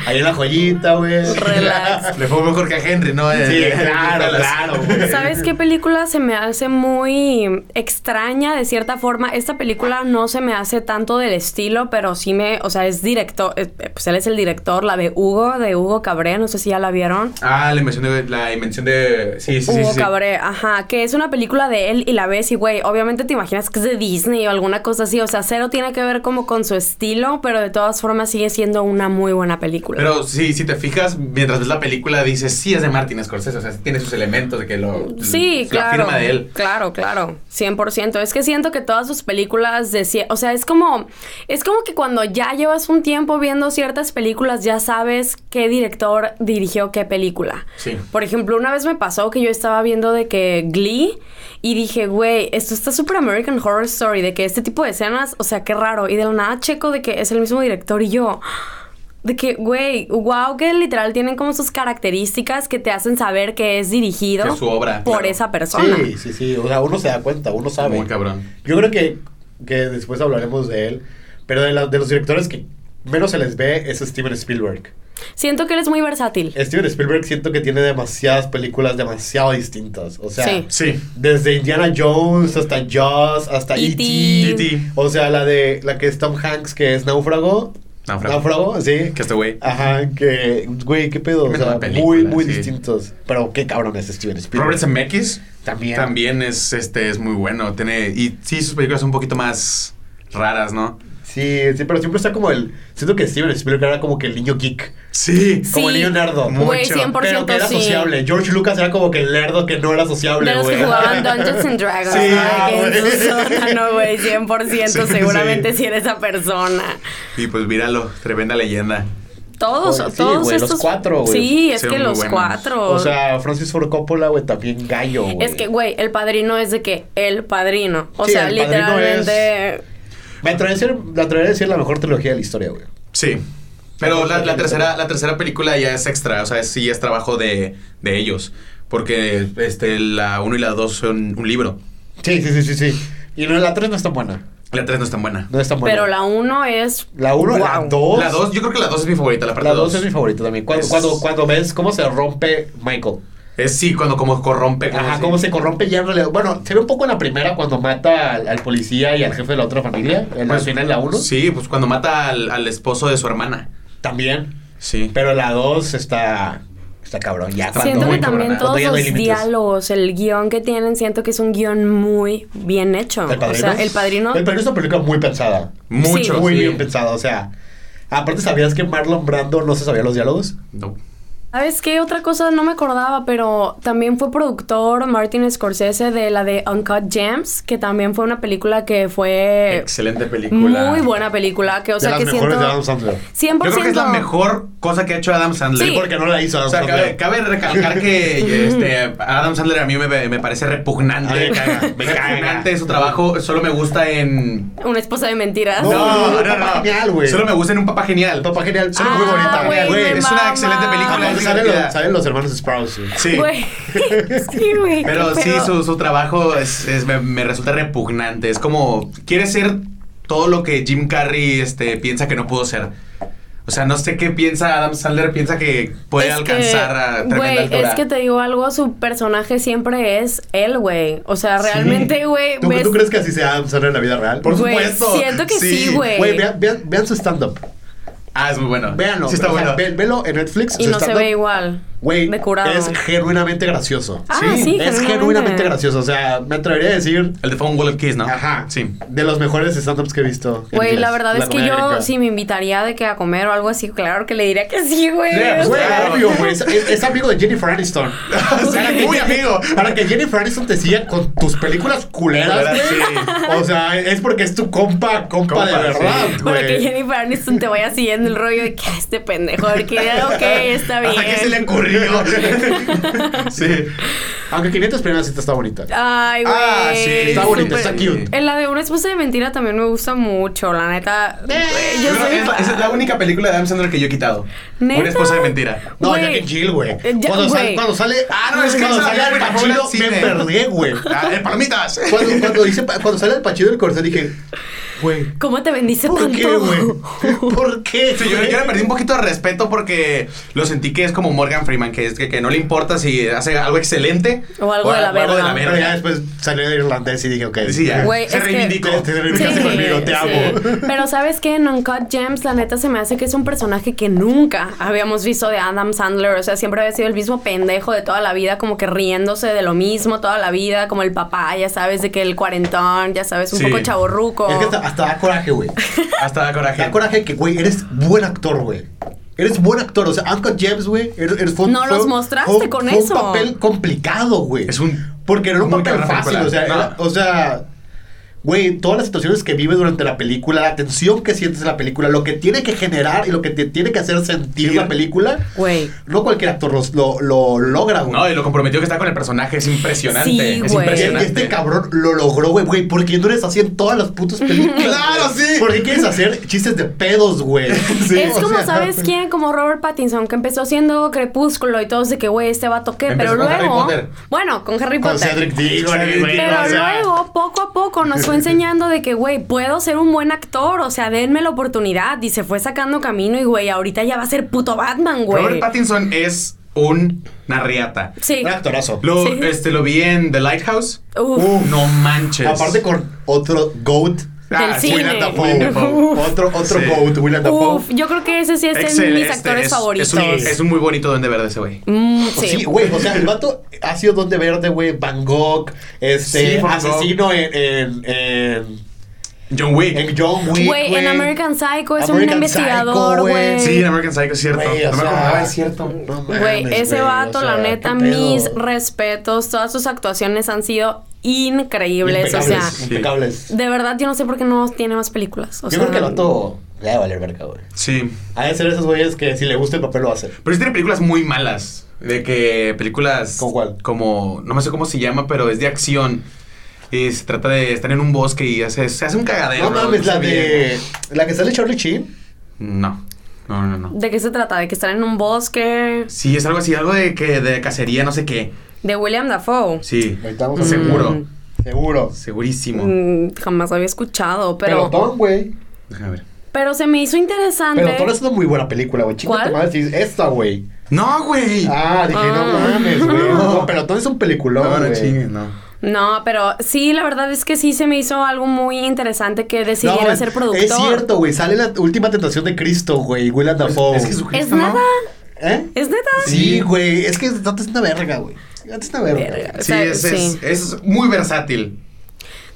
S1: Ahí en la joyita, güey.
S2: Relax.
S3: Le fue mejor que a Henry, ¿no?
S1: Sí,
S3: Eh,
S1: claro,
S3: Nicolás.
S1: claro, güey.
S2: ¿Sabes qué película se me hace muy extraña de cierta forma? Esta película no se me hace tanto del estilo, pero sí me, o sea, es director, eh, pues él es el director, la de Hugo, de Hugo Cabré, no sé si ya la vieron.
S3: Ah, la invención de. La invención de sí, sí, sí.
S2: Hugo
S3: sí.
S2: Cabré, ajá, que es una película de él y la ves y, güey, obviamente te imaginas que es de Disney o alguna cosa así, o sea, cero tiene que ver como con su estilo, pero de todas formas sigue siendo una muy buena buena película.
S3: Pero sí, si te fijas, mientras ves la película dices, sí, es de Martin Scorsese, o sea, tiene sus elementos de que lo...
S2: Sí,
S3: la
S2: claro.
S3: firma de él.
S2: Claro, claro. 100%. Es que siento que todas sus películas de... cie- O sea, es como... Es como que cuando ya llevas un tiempo viendo ciertas películas, ya sabes qué director dirigió qué película.
S3: Sí.
S2: Por ejemplo, una vez me pasó que yo estaba viendo de que Glee y dije, güey, esto está súper American Horror Story, de que este tipo de escenas, o sea, qué raro. Y de la nada checo de que es el mismo director y yo... De que, güey, wow, que literal tienen como sus características que te hacen saber que es dirigido
S3: Que es su obra,
S2: por
S3: claro.
S2: esa persona.
S1: Sí, sí, sí. O sea, uno se da cuenta, uno sabe.
S3: Muy cabrón.
S1: Yo creo que, que después hablaremos de él. Pero de, la- de los directores que menos se les ve es Steven Spielberg.
S2: Siento que él es muy versátil.
S1: Steven Spielberg siento que tiene demasiadas películas demasiado distintas. O sea,
S2: Sí.
S3: Sí.
S1: desde Indiana Jones hasta Jaws, hasta
S2: E.T..
S1: E.T.
S3: E.T..
S1: O sea, la de la que es Tom Hanks, que es Náufrago.
S3: Náufrago.
S1: sí.
S3: Que este güey...
S1: Ajá, que, güey, qué pedo. O
S3: Mejor
S1: sea,
S3: película,
S1: muy, muy
S3: sí.
S1: distintos. Pero qué cabrón es Steven Spielberg.
S3: Robert Zemeckis
S1: También.
S3: también es, este, es muy bueno. Tiene, y sí, sus películas son un poquito más raras, ¿no?
S1: Sí, sí, pero siempre está como el. Siento que Steven Spielberg era como que el niño geek.
S3: Sí.
S2: Sí.
S1: Como el niño nerdo.
S2: Güey,
S3: mucho,
S2: 100%
S1: Pero que era
S2: sí.
S1: sociable. George Lucas era como que el nerdo que no era sociable,
S2: De los
S1: güey.
S2: que jugaban Dungeons and Dragons.
S1: Sí,
S2: ¿no? De
S1: ah,
S2: que en
S1: güey.
S2: su sótano, güey, 100%.
S3: Sí,
S2: seguramente
S3: sí.
S2: si eres esa persona.
S3: Y pues míralo, tremenda leyenda.
S2: Todos,
S1: Joder, sí,
S2: todos
S1: güey, los
S2: estos.
S1: cuatro, güey.
S2: Sí, es
S3: Sí,
S2: que
S3: muy
S2: los
S3: buenos.
S2: cuatro.
S1: O sea, Francis Ford Coppola, güey, también gallo, güey.
S2: es que, güey, el padrino es de que el padrino. O
S1: Sí,
S2: sea,
S1: El Padrino
S2: literalmente.
S1: Me atrevería a decir, me atrevería a decir la mejor trilogía de la historia, güey.
S3: Sí. Pero la, la tercera, la tercera película ya es extra, o sea, sí es trabajo de, de ellos. Porque este, la 1 y la 2 son un libro.
S1: Sí, sí, sí, sí, sí. Y no, la 3 no es tan buena.
S3: La 3 no es tan buena.
S1: No es tan buena.
S2: Pero la uno es.
S1: La 1, la
S2: Wow.
S1: 2.
S3: La 2, yo creo que la 2 es mi favorita, la parte
S1: La 2
S3: 2.
S1: es mi favorita también. Cuando,
S3: Es-
S1: cuando, cuando ves cómo se rompe Michael.
S3: Es sí, cuando como corrompe. como
S1: Ajá,
S3: si-
S1: cómo se corrompe ya en realidad. Bueno, se ve un poco en la primera cuando mata al, al policía y al jefe de la otra familia. En la
S3: Pues,
S1: final, la 1.
S3: Sí, pues cuando mata al, al esposo de su hermana.
S1: También.
S3: Sí.
S1: Pero la 2 está. Está cabrón. Ya cuando-
S2: Siento que
S3: muy
S2: también
S3: cabrona.
S2: todos
S1: Cuando ya no
S2: los
S1: hay límites.
S2: diálogos, el guión que tienen, siento que es un guión muy bien hecho.
S1: El padrino.
S2: O sea, el padrino.
S1: El padrino es una película muy pensada.
S3: Mucho.
S1: Muy
S3: sí.
S1: bien pensada. O sea. Aparte, ¿sabías que Marlon Brando no se sabía los diálogos?
S3: No.
S2: ¿Sabes qué? Otra cosa no me acordaba, pero también fue productor Martin Scorsese de la de Uncut Gems, que también fue una película que fue
S3: Excelente película.
S2: Eh, muy buena película, que o sea
S1: de
S2: que
S1: las mejores
S2: siento
S1: de Adam Sandler.
S2: 100%.
S3: Yo creo que es la mejor cosa que ha hecho Adam Sandler.
S2: Sí.
S1: Porque no la hizo Adam
S3: O sea, cabe,
S1: Sandler.
S3: cabe recalcar que este, Adam Sandler a mí me, me parece repugnante.
S1: A mí me caga, me caga.
S3: repugnante su trabajo. Solo me gusta en.
S2: Una esposa de mentiras.
S1: No, Papá Genial, güey.
S3: Solo me gusta en un papá genial.
S1: Papá genial.
S2: Ah,
S1: muy bonita.
S2: güey, me
S3: es una
S2: mama.
S3: excelente película.
S1: Aparte
S2: Ah,
S3: es
S1: salen
S3: divertida.
S1: los, salen los hermanos Sprouse. güey.
S3: Sí.
S2: Güey. sí, güey.
S3: Pero sí, su, su trabajo es, es- me, me resulta repugnante. Es como, quiere ser todo lo que Jim Carrey este, piensa que no pudo ser. O sea, no sé qué piensa Adam Sandler, piensa que puede
S2: Es que,
S3: alcanzar a tremenda
S2: güey,
S3: altura.
S2: es que te digo algo, su personaje siempre es él, güey. O sea, realmente, güey,
S1: ¿Tú,
S2: ves-
S1: ¿Tú crees que así sea Adam Sandler en la vida real?
S3: Por
S2: Güey,
S3: supuesto.
S2: siento que sí,
S3: Sí.
S2: güey.
S1: Güey, vean, vean, vean su stand-up.
S3: Ah, es muy bueno.
S1: Véanlo.
S3: Sí, está
S1: o sea,
S3: bueno.
S1: ve- velo en Netflix.
S2: Y
S1: su
S2: no se
S1: stand-up.
S2: ve igual.
S1: Güey,
S2: de curado.
S1: es genuinamente gracioso.
S2: Ah,
S3: sí,
S2: sí,
S1: es genuinamente gracioso. O sea, me atrevería a decir...
S3: El de Phone Wall of Kiss, ¿no?
S1: Ajá.
S3: Sí.
S1: De los mejores stand-ups que he visto. en
S2: Güey,
S1: inglés.
S2: la verdad es que
S1: comedia
S2: yo,
S1: gringa.
S2: si me invitaría de que a comer o algo así, claro que le diría que sí, güey.
S3: Sí,
S2: O
S1: Güey,
S2: sea,
S3: Claro.
S1: obvio, güey. Es, es- es amigo de Jennifer Aniston. Para que-
S3: muy amigo.
S1: Para que Jennifer Aniston te siga con tus películas culeras,
S3: Culeras,
S1: güey. O sea, es porque es tu compa, compa,
S3: Compa,
S1: de verdad,
S3: sí.
S2: Para que
S1: güey.
S2: Jennifer Aniston te vaya siguiendo el rollo de que "Ah, este pendejo, a ver qué ok, está bien.
S3: ¿Hasta qué se le ocurrió? sí.
S1: Aunque 500 primeras citas está bonita.
S2: Ay, güey.
S3: Ah, sí.
S1: Está bonita,
S2: súper-
S1: está cute.
S2: En la de una esposa de mentira también me gusta mucho, la neta. Güey, Eh, yo
S3: Yo creo
S2: soy
S3: que es la- esa es la única película de Adam Sandler que yo he quitado.
S2: ¿Neta?
S3: Una esposa de mentira.
S1: No,
S2: Güey.
S1: ya que Jill, güey.
S2: Eh, ya,
S1: Cuando, sal-
S2: güey.
S1: cuando sale.
S3: Ah, no, es que
S1: cuando
S3: esa
S1: sale
S3: la
S1: al
S3: vi, güey,
S1: Pachino,
S3: en
S1: me
S3: el cine.
S1: perdí, güey.
S3: Ah, eh, ¡Palomitas!
S1: Cuando, cuando, dice, cuando sale al Pachino del Corcel, dije, güey.
S2: ¿Cómo te bendice
S1: ¿Por
S2: tanto?
S1: qué, güey? ¿Por qué?
S3: Sí, yo,
S1: güey?
S3: yo le perdí un poquito de respeto porque lo sentí que es como Morgan Freeman, que es que, que no le importa si hace algo excelente
S2: O algo de la
S3: algo
S2: verga.
S1: Pero ya después salió el irlandés y dije, ok.
S3: Sí, ya.
S2: Güey,
S3: se
S2: es que-
S3: reivindicó.
S1: Te- te reivindicaste conmigo, te amo.
S2: Pero sabes qué, en Uncut Gems, la neta se me hace que es un personaje que nunca habíamos visto de Adam Sandler. O sea, siempre había sido el mismo pendejo de toda la vida, como que riéndose de lo mismo toda la vida, como el papá, ya sabes, de que el cuarentón, ya sabes, un
S3: Sí.
S2: poco chaborruco.
S1: Es que hasta, hasta da coraje, güey.
S3: Hasta da coraje.
S1: Da coraje que, güey, eres buen actor, güey. Eres buen actor, o sea, Uncut James, güey. Eres, eres- fue un-
S2: No
S1: fue-
S2: los mostraste
S1: fue-
S2: con
S1: fue
S2: eso.
S1: un papel complicado, güey.
S3: Es un-
S1: Porque era un
S3: muy
S1: papel
S3: cabrón
S1: fácil,
S3: película.
S1: o sea,
S3: No.
S1: era- o sea, güey, todas las situaciones que vive durante la película, la tensión que sientes en la película, lo que tiene que generar y lo que te tiene que hacer sentir
S3: Sí.
S1: la película,
S2: Güey.
S1: no cualquier actor los- lo, lo logra, güey.
S3: No, y lo comprometido que está con el personaje es impresionante.
S2: Sí,
S3: es
S2: güey.
S1: Y
S3: impresionante.
S1: este cabrón lo logró, güey, güey. ¿Por qué no eres así en todas las putas películas?
S3: ¡Claro,
S1: güey?
S3: sí!
S1: ¿Por qué quieres hacer chistes de pedos, güey? Sí,
S2: es
S1: o
S2: como,
S1: sea, pues,
S2: ¿sabes quién? Como Robert Pattinson, que empezó haciendo Crepúsculo y todos de que, güey, este vato qué,
S3: Empezó
S2: pero
S3: con Harry
S2: luego.
S3: Potter.
S2: Bueno, con Harry
S1: Con
S2: Potter.
S1: Cedric Diggory, güey.
S2: Pero
S1: o sea,
S2: luego, poco a poco, nos fue enseñando de que, güey, puedo ser un buen actor, o sea, denme la oportunidad. Y se fue sacando camino y, güey, ahorita ya va a ser puto Batman,
S3: Robert
S2: güey.
S3: Pattinson es un narriata.
S2: Sí.
S1: Un actorazo.
S3: Lo,
S2: Sí.
S3: este, lo vi en The Lighthouse.
S2: Uf.
S1: Uf.
S3: No manches.
S1: Aparte con otro GOAT.
S2: Del
S3: Ah,
S2: cine.
S1: William Dafoe.
S3: Willem Dafoe.
S1: Otro, otro
S3: Sí.
S1: GOAT, William Dafoe.
S2: Uf, yo creo que ese sí es de
S3: Excel,
S2: mis
S3: este,
S2: actores
S3: es-
S2: favoritos.
S3: Es un, es un muy bonito duende verde ese güey.
S2: Mm,
S1: Pues
S2: sí.
S1: Sí, güey, o sea, el vato ha sido donde verde, güey, Van Gogh, este,
S3: Sí, Van
S1: asesino en, en, en,
S3: John Wick.
S1: en John Wick,
S2: Güey, en American Psycho es un
S1: American
S2: investigador,
S1: Psycho, güey.
S2: güey.
S3: sí, en American Psycho es cierto.
S1: Güey, o
S3: no me
S1: sea,
S3: acordaba, es cierto.
S1: no mames,
S2: Güey, ese
S1: güey,
S2: vato,
S1: o sea,
S2: la
S1: qué
S2: neta,
S1: pedo.
S2: mis respetos, todas sus actuaciones han sido increíbles, o sea,
S1: Impecables, impecables.
S2: de verdad yo no sé por qué no tiene más películas. O
S1: Yo
S2: sea,
S1: creo que el vato le va a valer verga, güey.
S3: Sí.
S1: Ha de ser esos güeyes que si le gusta el papel lo hace.
S3: Pero sí tiene películas muy malas. De que películas.
S1: ¿Cómo cuál?
S3: Como. No me sé cómo se llama, pero es de acción. Y se trata de estar en un bosque y hace, se hace un cagadero.
S1: No mames,
S3: sé
S1: la
S3: bien.
S1: de. La que sale Charlie Chin.
S3: No. No, no, no.
S2: ¿De qué se trata? ¿De que están en un bosque?
S3: Sí, es algo así, algo de que de cacería, no sé qué.
S2: ¿De William Dafoe?
S3: Sí.
S1: Necesitamos
S3: Seguro.
S2: Mm.
S1: Seguro.
S3: Segurísimo.
S2: Mm, jamás había escuchado, pero... Pero,
S1: Pelotón, güey.
S3: Déjame ver.
S2: se me hizo interesante.
S1: Pelotón es una muy buena película, güey. Chica,
S2: ¿Cuál?
S1: tu madre, sí, esta, güey.
S3: No, güey.
S1: Ah, dije, no
S2: Ah.
S1: mames, güey. No, Pelotón es un peliculón,
S3: no, no
S1: güey.
S3: chingues, no.
S2: No, pero sí, la verdad es que sí se me hizo algo muy interesante que
S1: No,
S2: decidiera
S1: güey,
S2: ser productor.
S1: Es cierto, güey. Sale la última tentación de Cristo, güey. Willem Dafoe.
S3: Es Jesucristo,
S2: Es nada.
S1: ¿Eh?
S2: ¿Es neta?
S1: Sí, güey. Es que es es una verga, güey. Es una verga.
S2: Verga.
S3: Sí,
S2: O sea,
S3: es, es-
S2: sí.
S3: es muy versátil.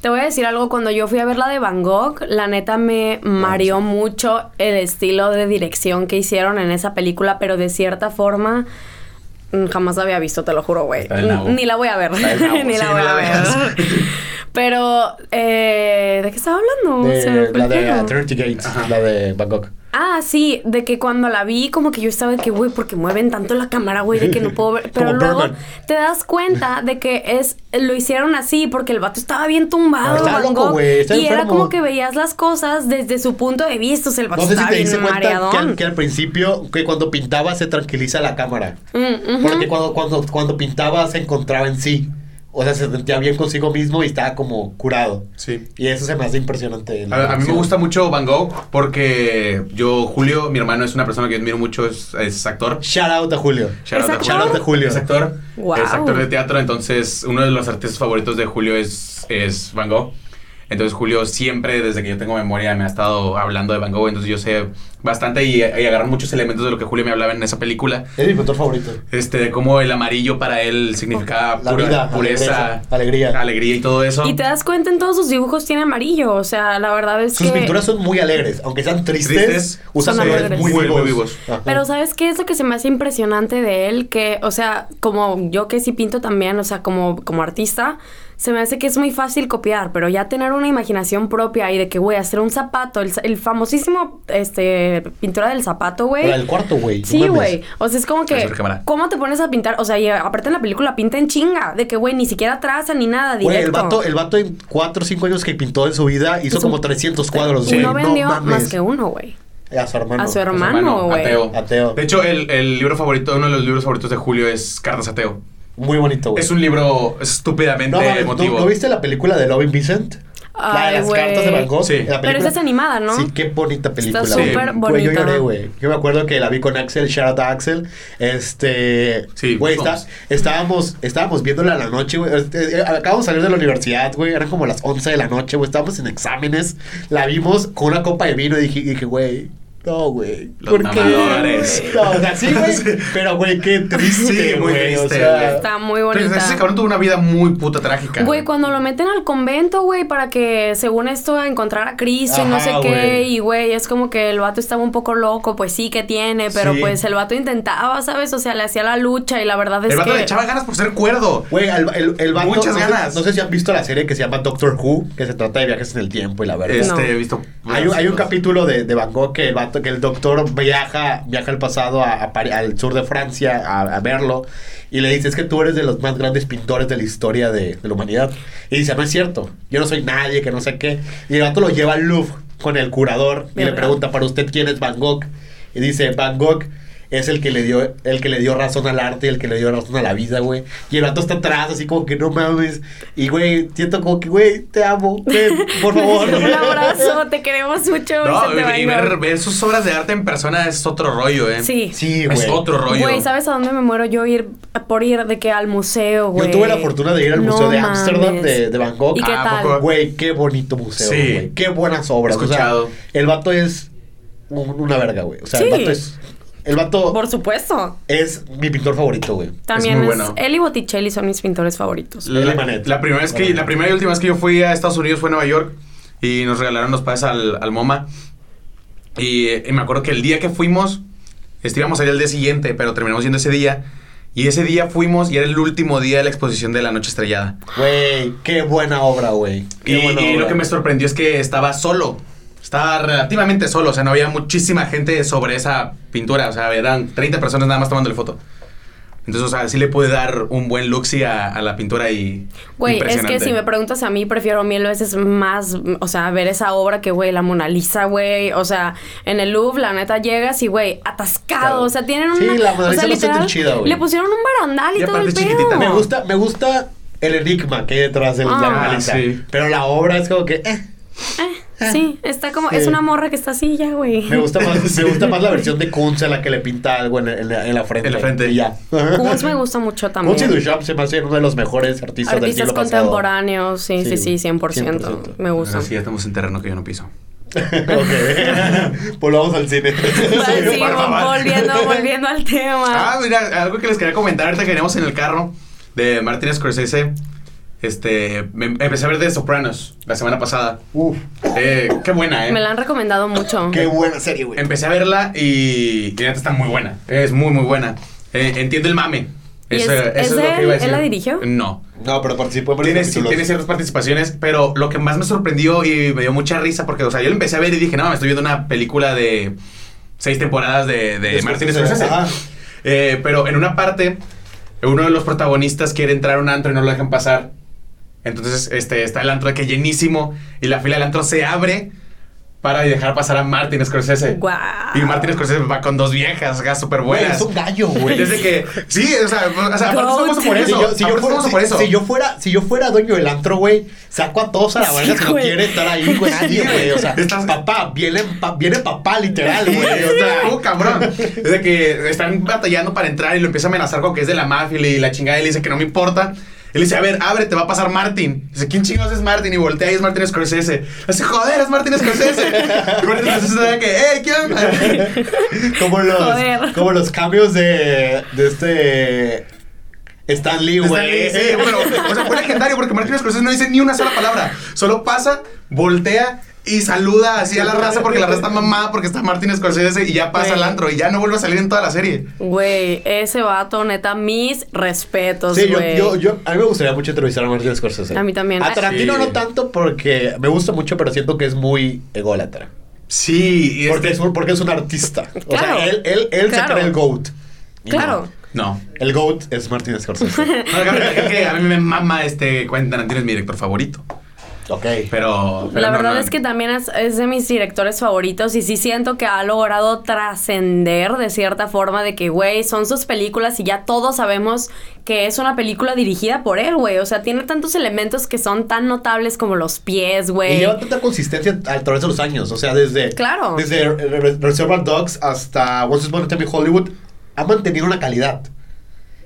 S2: Te voy a decir algo, cuando yo fui a ver la de Van Gogh, la neta me mareó mucho el estilo de dirección que hicieron en esa película, pero de cierta forma mm, jamás la había visto, te lo juro, güey.
S3: Está del nabo.
S2: Ni la voy a ver.
S3: Está del nabo,
S2: Ni
S3: sí,
S2: la
S3: no
S2: voy
S3: la
S2: a
S3: veas.
S2: ver. pero, eh, ¿de qué estaba hablando? Se me
S1: De,
S2: fue
S1: la
S2: el
S1: de
S2: pedo.
S1: Eternity Gates, la de Bangkok.
S2: Ah, sí, de que cuando la vi, como que yo estaba de que, güey, porque mueven tanto la cámara, güey, de que no puedo ver. Pero
S1: Como
S2: luego
S1: Birdman.
S2: te das cuenta de que es lo hicieron así porque el vato estaba bien tumbado,
S1: No, Ah, estaba
S2: Van
S1: loco,
S2: Gogh,
S1: güey, estaba
S2: Y era
S1: enfermo.
S2: como que veías las cosas desde su punto de vista, o sea, el vato
S1: No sé si
S2: estaba
S1: te diste
S2: Pues bien
S1: cuenta que al,
S2: mareadón.
S1: que al principio, que cuando pintaba se tranquiliza la cámara.
S2: Mm, ujú.
S1: Porque cuando, cuando, cuando pintaba se encontraba en sí. O sea, se sentía bien consigo mismo y estaba como curado.
S3: Sí.
S1: Y eso se me hace impresionante.
S3: A, a mí me gusta mucho Van Gogh porque yo, Julio, mi hermano, es una persona que admiro mucho, es, es actor.
S1: Shout out a Julio.
S3: Shout out
S2: ¿Es
S3: a
S1: actor?
S3: Julio. Es actor.
S2: Guau.
S3: Es actor de teatro, entonces uno de los artistas favoritos de Julio es, es Van Gogh. Entonces Julio siempre, desde que yo tengo memoria, me ha estado hablando de Van Gogh, entonces yo sé bastante y, y agarrar muchos elementos de lo que Julio me hablaba en esa película.
S1: Es mi pintor favorito.
S3: Este, de cómo el amarillo para él significaba
S1: La
S3: pura-
S1: vida,
S3: pureza,
S1: alegría, alegría.
S3: alegría y todo eso.
S2: Y te das cuenta en todos sus dibujos tiene amarillo, o sea, la verdad es
S1: Sus
S2: que...
S1: pinturas son muy alegres. Aunque sean tristes,
S3: Tristes,
S1: usan
S2: son
S1: colores
S2: alegres.
S1: muy,
S3: Muy, muy
S1: vivos.
S3: vivos.
S1: Ajá.
S2: Pero ¿sabes qué es lo que se me hace impresionante de él? Que, o sea, como yo que sí pinto también, o sea, como, como artista, se me hace que es muy fácil copiar, pero ya tener una imaginación propia y de que, güey, hacer un zapato, el, za- el famosísimo, este, pintura del zapato, güey.
S1: Para el cuarto, güey. no
S2: Sí,
S1: mames.
S2: güey. O sea, es como
S3: Ahí
S2: que.
S3: está la cámara.
S2: ¿Cómo te pones a pintar? O sea, y aparte en la película pinta en chinga. De que, güey, ni siquiera traza ni nada. Directo.
S1: Güey, el vato, el vato en 4 o 5 años que pintó en su vida hizo
S2: Hizo
S1: como
S2: un-
S1: 300 cuadros,
S2: Y
S1: güey.
S2: no vendió
S1: mames.
S2: más que uno, güey.
S1: A su hermano.
S2: A su
S3: Su
S2: hermano, güey.
S3: ateo.
S1: Ateo.
S3: De hecho, el, el libro favorito, uno de los libros favoritos de Julio es Cartas Ateo.
S1: Muy bonito, güey.
S3: Es un libro estúpidamente
S1: No, mames, ¿tú-
S3: emotivo.
S1: ¿no viste la película de Loving Vincent? la
S2: Ay,
S1: de las
S2: güey.
S1: cartas de Van Gogh.
S3: Sí.
S1: La
S3: Pero
S1: película-
S2: esa es animada, ¿no?
S1: Sí, qué bonita película. güey.
S2: súper
S1: Güey, yo
S2: bonita.
S1: lloré, güey. Yo me acuerdo que la vi con Axel, shout out a Axel. Este.
S3: Sí,
S1: güey,
S3: somos.
S1: está- estábamos, estábamos viéndola a la noche, güey. Este, eh, acabamos de salir de la universidad, güey. Eran como las 11 de la noche, güey. Estábamos en exámenes. La vimos con una copa de vino y dije, dije, güey. No, güey.
S3: Los
S1: ¿Por qué?
S3: mamadores.
S1: No, o sea, sí, güey. Pero, güey, qué triste,
S3: Sí, muy
S1: güey. o
S3: triste,
S1: sea,
S2: Está muy
S3: Pero
S2: bonita.
S3: ese cabrón tuvo una vida muy puta trágica.
S2: Güey, cuando lo meten al convento, güey, para que según esto a encontrar a Cristo y no
S1: Ajá,
S2: sé qué,
S1: güey.
S2: y güey, es como que el vato estaba un poco loco, pues sí que tiene, pero
S1: Sí.
S2: pues el vato intentaba, ¿sabes? O sea, le hacía la lucha y la verdad es
S3: El vato
S2: que
S3: le echaba ganas por ser cuerdo.
S1: Güey, al- el, el vato-
S3: Muchas
S1: no sé-
S3: ganas.
S1: No sé si han visto la serie que se llama Doctor Who, que se trata de viajes en el tiempo y la verdad.
S3: Este,
S2: No.
S3: he visto.
S1: Hay, un- hay un capítulo de, de Van Gogh que el, vato- que el doctor viaja, viaja al pasado, a, a Pari- al sur de Francia, a, a verlo. Y le dice, es que tú eres de los más grandes pintores de la historia de, de la humanidad. Y dice, no es cierto, yo no soy nadie, que no sé qué. Y el vato lo lleva al Louvre con el curador y le
S2: Verga.
S1: pregunta, ¿para usted quién es Van Gogh? Y dice, Van Gogh es el que le dio el que le dio razón al arte, el que le dio razón a la vida, güey. Y el vato está atrás, así como que no mames. Y, güey, siento como que, güey, te amo, ven, por favor.
S2: un abrazo, te queremos mucho.
S3: No,
S2: Vicente
S3: y- y
S2: Van Gogh.
S3: ver, ver sus obras de arte en persona es otro rollo, ¿eh?
S2: Sí.
S1: Sí, güey.
S3: Es otro rollo.
S2: Güey, ¿sabes a dónde me muero yo ir por ir de que al museo, güey?
S1: Yo tuve la fortuna de ir al
S2: No
S1: Museo de Ámsterdam
S2: mames.
S1: de, de Van Gogh.
S2: ¿Y qué
S3: Ah,
S2: tal?
S3: poco-
S1: Güey, qué bonito museo,
S3: Sí.
S1: güey. Qué buenas obras. o sea,
S3: Escuchado.
S1: el vato es un- una verga, güey. O sea, el
S2: Sí.
S1: vato es. El vato
S2: Por supuesto.
S1: es mi pintor favorito, güey.
S2: También
S3: muy
S2: es,
S3: bueno.
S2: él y Botticelli son mis pintores favoritos.
S1: Lele
S3: La,
S1: Manet.
S3: la primera vez que,
S1: Manet.
S3: la primera y última vez que yo fui a Estados Unidos fue a Nueva York y nos regalaron los padres al, al MoMA. Y, eh, y me acuerdo que el día que fuimos, este, íbamos a ir al día siguiente, pero terminamos yendo ese día. Y ese día fuimos y era el último día de la exposición de La Noche Estrellada.
S1: Güey, qué buena obra, güey.
S3: Y,
S1: Qué buena
S3: y lo
S1: obra.
S3: que me sorprendió es que estaba solo. Estaba relativamente solo, o sea, no había muchísima gente sobre esa pintura. O sea, eran 30 personas nada más tomándole foto. Entonces, o sea, sí le pude dar un buen luxi a, a la pintura y.
S2: Güey, es que
S3: impresionante.
S2: si me preguntas a mí, prefiero mil veces más, mm, o sea, ver esa obra que, güey, la Mona Lisa, güey. O sea, en el Louvre, la neta, llegas y, güey, atascado. O sea, tienen un.
S1: Sí, la Mona
S2: o sea,
S1: Lisa no está tan
S2: literal,
S1: chida, güey.
S2: Le pusieron un barandal y,
S3: Y
S2: todo el
S3: aparte
S2: pedo.
S3: chiquitita.
S1: Me gusta, me gusta el enigma que hay detrás de la
S2: Ah,
S1: Mona Lisa.
S3: sí.
S1: Pero la obra es como que. eh.
S2: Eh, sí, está como.
S1: Sí.
S2: Es una morra que está así ya, güey.
S1: Me gusta más, me gusta más la versión de Kunz a la que le pinta algo en, la- en la, en la frente.
S3: En la frente.
S1: Y ya.
S2: Kunz me gusta mucho también.
S1: Muncy Duchamp se me hace uno de los mejores artistas, del
S2: Artistas
S1: siglo pasado.
S2: contemporáneos, sí, sí, sí,
S1: Sí,
S2: 100%.
S1: 100%.
S2: Me gusta.
S3: Así ya estamos en terreno que yo no piso.
S1: ok. Volvamos Pues al cine.
S2: Sí,
S3: Por favor.
S2: volviendo, volviendo al tema.
S3: Ah, mira, algo que les quería comentar ahorita que veníamos en el carro de Martínez Scorsese. Este, me- empecé a ver The Sopranos la semana pasada.
S1: Uf,
S3: Eh, qué buena, ¿eh?
S2: Me la han recomendado mucho.
S1: qué buena serie, güey.
S3: Empecé a verla y, y neta está muy buena. Es muy, muy buena. Eh, entiendo el mame.
S2: ¿Y
S3: Eso-
S2: es-
S3: eso
S2: es
S3: lo
S2: de
S3: que
S2: él?
S3: iba a decir.
S2: ¿Él la dirigió?
S3: No.
S1: No, pero participó por
S3: Tiene, sí, tiene ciertas participaciones, pero lo que más me sorprendió y me dio mucha risa, porque, o sea, yo lo empecé a ver y dije, no, me estoy viendo una película de seis temporadas de, de Martin Scorsese.
S1: Ajá.
S3: Eh, pero en una parte, uno de los protagonistas quiere entrar a un antro y no lo dejan pasar. Entonces, este, está el antro de que llenísimo y la fila del antro se abre para dejar pasar a Martin Scorsese.
S2: Guau.
S3: Y Martin Scorsese va con dos viejas, acá súper
S1: Güey,
S3: buenas.
S1: es un gallo, güey.
S3: Desde que... Sí, o sea, o sea aparte es famoso por
S1: Si
S3: eso.
S1: yo, si, yo
S3: aparte es
S1: fuera,
S3: famoso
S1: si-
S3: por eso.
S1: si yo fuera, si yo fuera dueño del antro, güey, saco a todos a la
S2: Sí,
S1: verga si no
S2: güey.
S1: quiere estar ahí, güey. Nadie, güey. O sea,
S3: Estás-
S1: papá, viene, pa- viene papá, literal,
S3: Sí,
S1: güey. O sea,
S3: oh, cabrón. Es de que están batallando para entrar y lo empieza a amenazar con que es de la mafia y le- y la chingada. Y le dice que no me importa. Él dice, a ver, abre, te va a pasar Martin. Dice, ¿quién chingados es Martin? Y voltea y es Martin Scorsese. Dice, joder, es Martin Scorsese. Y Martin Scorsese de que, hey, ¿qué onda?
S1: Como los,
S2: Joder.
S1: como los cambios de, de este Stan Lee, güey.
S3: Sí, bueno, o sea, fue legendario porque Martin Scorsese no dice ni una sola palabra. Solo pasa, voltea y saluda así a la raza porque la raza está mamada porque está Martin Scorsese y ya pasa al antro y ya no vuelve a salir en toda la serie.
S2: Güey, ese vato, neta, mis respetos,
S1: Sí, yo,
S2: güey.
S1: yo, yo- a mí me gustaría mucho entrevistar a Martin Scorsese.
S2: A mí también.
S1: A Tarantino
S3: Sí.
S1: no tanto porque me gusta mucho, pero siento que es muy ególatra.
S3: Sí, y
S1: Porque es,
S3: este-
S1: un, porque es un artista. O
S2: Claro.
S1: sea, él, él, él se
S2: Claro.
S1: cree el GOAT. Y
S2: Claro.
S1: no.
S3: No.
S1: El GOAT es Martin Scorsese.
S3: No, Gabriel, es que a mí me mama este Quentin Tarantino, es mi director favorito.
S1: ok.
S3: Pero. pero
S2: La
S3: no,
S2: verdad
S3: no.
S2: es que también es, es de mis directores favoritos y sí siento que ha logrado trascender de cierta forma de que, güey, son sus películas y ya todos sabemos que es una película dirigida por él, güey. O sea, tiene tantos elementos que son tan notables como los pies,
S1: Y
S2: güey.
S1: lleva tanta consistencia a través de los años. O sea, desde.
S2: Claro.
S1: Desde Re- Re- Reservoir Dogs hasta Once Upon a Time in Hollywood, ha mantenido una calidad.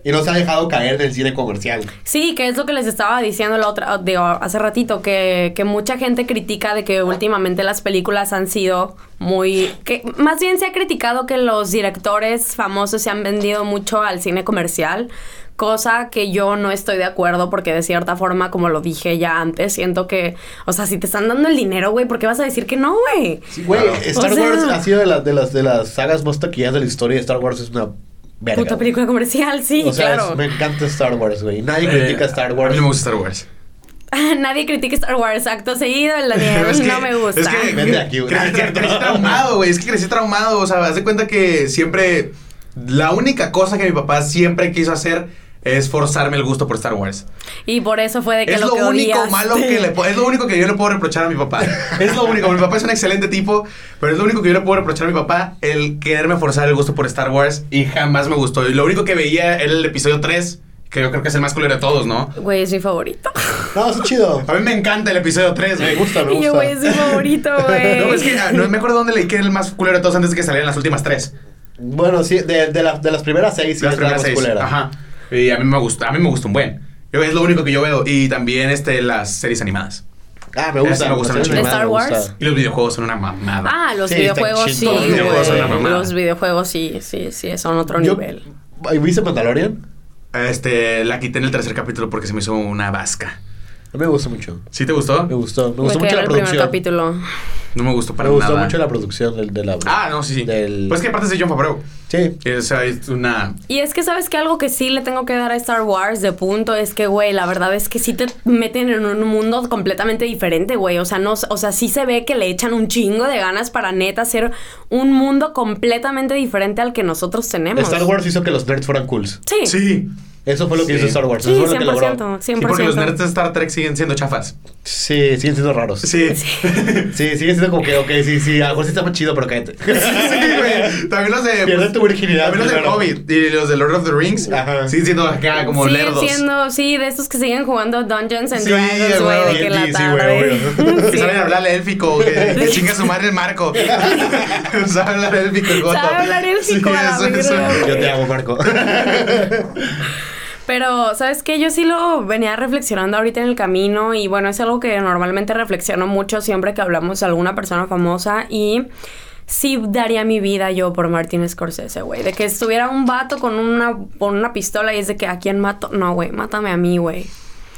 S1: Y no se ha dejado caer del cine comercial.
S2: Sí, que es lo que les estaba diciendo la otra, digo, hace ratito, que, que mucha gente critica de que últimamente las películas han sido muy... que Más bien se ha criticado que los directores famosos se han vendido mucho al cine comercial, cosa que yo no estoy de acuerdo porque de cierta forma, como lo dije ya antes, siento que, o sea, si te están dando el dinero, güey, ¿por qué vas a decir que no, güey?
S1: Sí, güey,
S3: Claro.
S1: Star
S2: O sea-
S1: Wars ha sido de las, de las, de las sagas más taquilladas de la historia. Star Wars es una verga.
S2: Puta película comercial, sí,
S1: o sea,
S2: claro.
S1: es- me encanta Star Wars, güey. Nadie critica Star Wars.
S3: Eh, A mí no me gusta Star Wars.
S2: Nadie critica Star Wars, acto seguido, el Daniel
S3: Es que-
S2: no me gusta.
S3: Es que
S1: Vente aquí, güey.
S3: crecí, crecí- crecí traumado, güey. Es que crecí traumado. O sea, haz de cuenta que siempre. La única cosa que mi papá siempre quiso hacer es forzarme el gusto por Star Wars.
S2: Y por eso fue de que
S3: Es
S2: lo,
S3: lo
S2: que
S3: único
S2: odiaste.
S3: malo que le po- es lo único que yo le puedo reprochar a mi papá. Es lo único. Mi papá es un excelente tipo, pero es lo único que yo le puedo reprochar a mi papá el quererme forzar el gusto por Star Wars y jamás me gustó. Y lo único que veía era el episodio 3, que yo creo que es el más culero de todos, ¿no?
S2: Güey, es mi favorito.
S1: No, es chido.
S3: A mí me encanta el episodio 3,
S1: Me
S3: güey.
S1: gusta, me
S2: Y yo, güey, es mi
S1: gusta.
S2: favorito, güey.
S3: No, es que ah, no me acuerdo dónde leí que era el más culero de todos antes de que salieran las últimas tres.
S1: Bueno, sí, de, de, la- de las primeras seis, sí,
S3: las
S1: es la más
S3: primeras seis.
S1: culera.
S3: Ajá. Y a mí me gusta, a mí me gusta un buen. Yo es lo único que yo veo y también este las series animadas.
S1: Ah, me gusta.
S3: Esa me gusta
S1: las primeras
S3: mucho.
S2: ¿De
S1: me
S2: Star
S1: gusta.
S2: Wars?
S3: Y los videojuegos son una mamada.
S2: Ah, los
S1: Sí,
S2: videojuegos
S1: está
S2: sí,
S1: chido.
S3: Los videojuegos son una
S2: güey.
S3: mamada.
S2: Los videojuegos sí, sí, sí, son otro
S1: Yo-
S2: nivel.
S1: ¿Viste Mandalorian?
S3: Este, la quité en el tercer capítulo porque se me hizo una vasca.
S1: Me gustó mucho.
S3: ¿Sí te gustó?
S1: Me gustó. Me
S2: Me
S1: gustó
S2: quedé
S1: mucho
S2: en
S1: la
S2: el primer
S1: producción.
S2: capítulo.
S3: No me gustó
S1: Me
S3: para
S1: gustó
S3: nada.
S1: mucho la producción del, de la.
S3: Ah, no, sí, sí.
S1: Del-
S3: Pues que aparte es de John Favreau.
S1: Sí.
S3: O sea, es una...
S2: Y es que sabes que algo que sí le tengo que dar a Star Wars de punto es que, güey, la verdad es que sí te meten en un mundo completamente diferente, güey. O sea, no, o sea, sí se ve que le echan un chingo de ganas para neta hacer un mundo completamente diferente al que nosotros tenemos.
S1: Star Wars hizo que los nerds fueran cool.
S2: Sí.
S3: Sí.
S1: Eso fue lo que
S3: Sí.
S1: hizo Star Wars.
S2: Sí,
S1: Eso fue lo que
S2: 100%,
S1: logró.
S2: 100%.
S3: Sí, porque los nerds de Star Trek siguen siendo chafas.
S1: Sí, siguen siendo raros.
S3: Sí.
S1: Sí, sigue siendo como que, ok, sí, sí, a lo mejor sí está más chido, pero cállate.
S3: Sí, güey. También los de... pues,
S1: Pierde tu virginidad,
S3: También los de
S1: claro.
S3: Hobbit y los de Lord of the Rings.
S1: Ajá.
S3: Siguen siendo acá como
S2: Siguen
S3: lerdos.
S2: siendo, sí, de estos que siguen jugando Dungeons and
S3: Sí,
S2: Dragons, güey,
S3: güey,
S2: de que la
S1: sí, güey,
S2: tarde.
S1: obvio.
S3: Que
S2: Sí.
S3: saben hablar élfico, que, que chinga su madre el marco. sabe hablar élfico el goto.
S2: Sabe hablar élfico, a la verga.
S1: Yo te amo, Marco.
S2: Pero, ¿sabes qué? Yo sí lo venía reflexionando ahorita en el camino y bueno, es algo que normalmente reflexiono mucho siempre que hablamos de alguna persona famosa y sí daría mi vida yo por Martin Scorsese, güey. De que estuviera un vato con una, con una pistola y es de que ¿a quién mato? No, güey, mátame a mí, güey.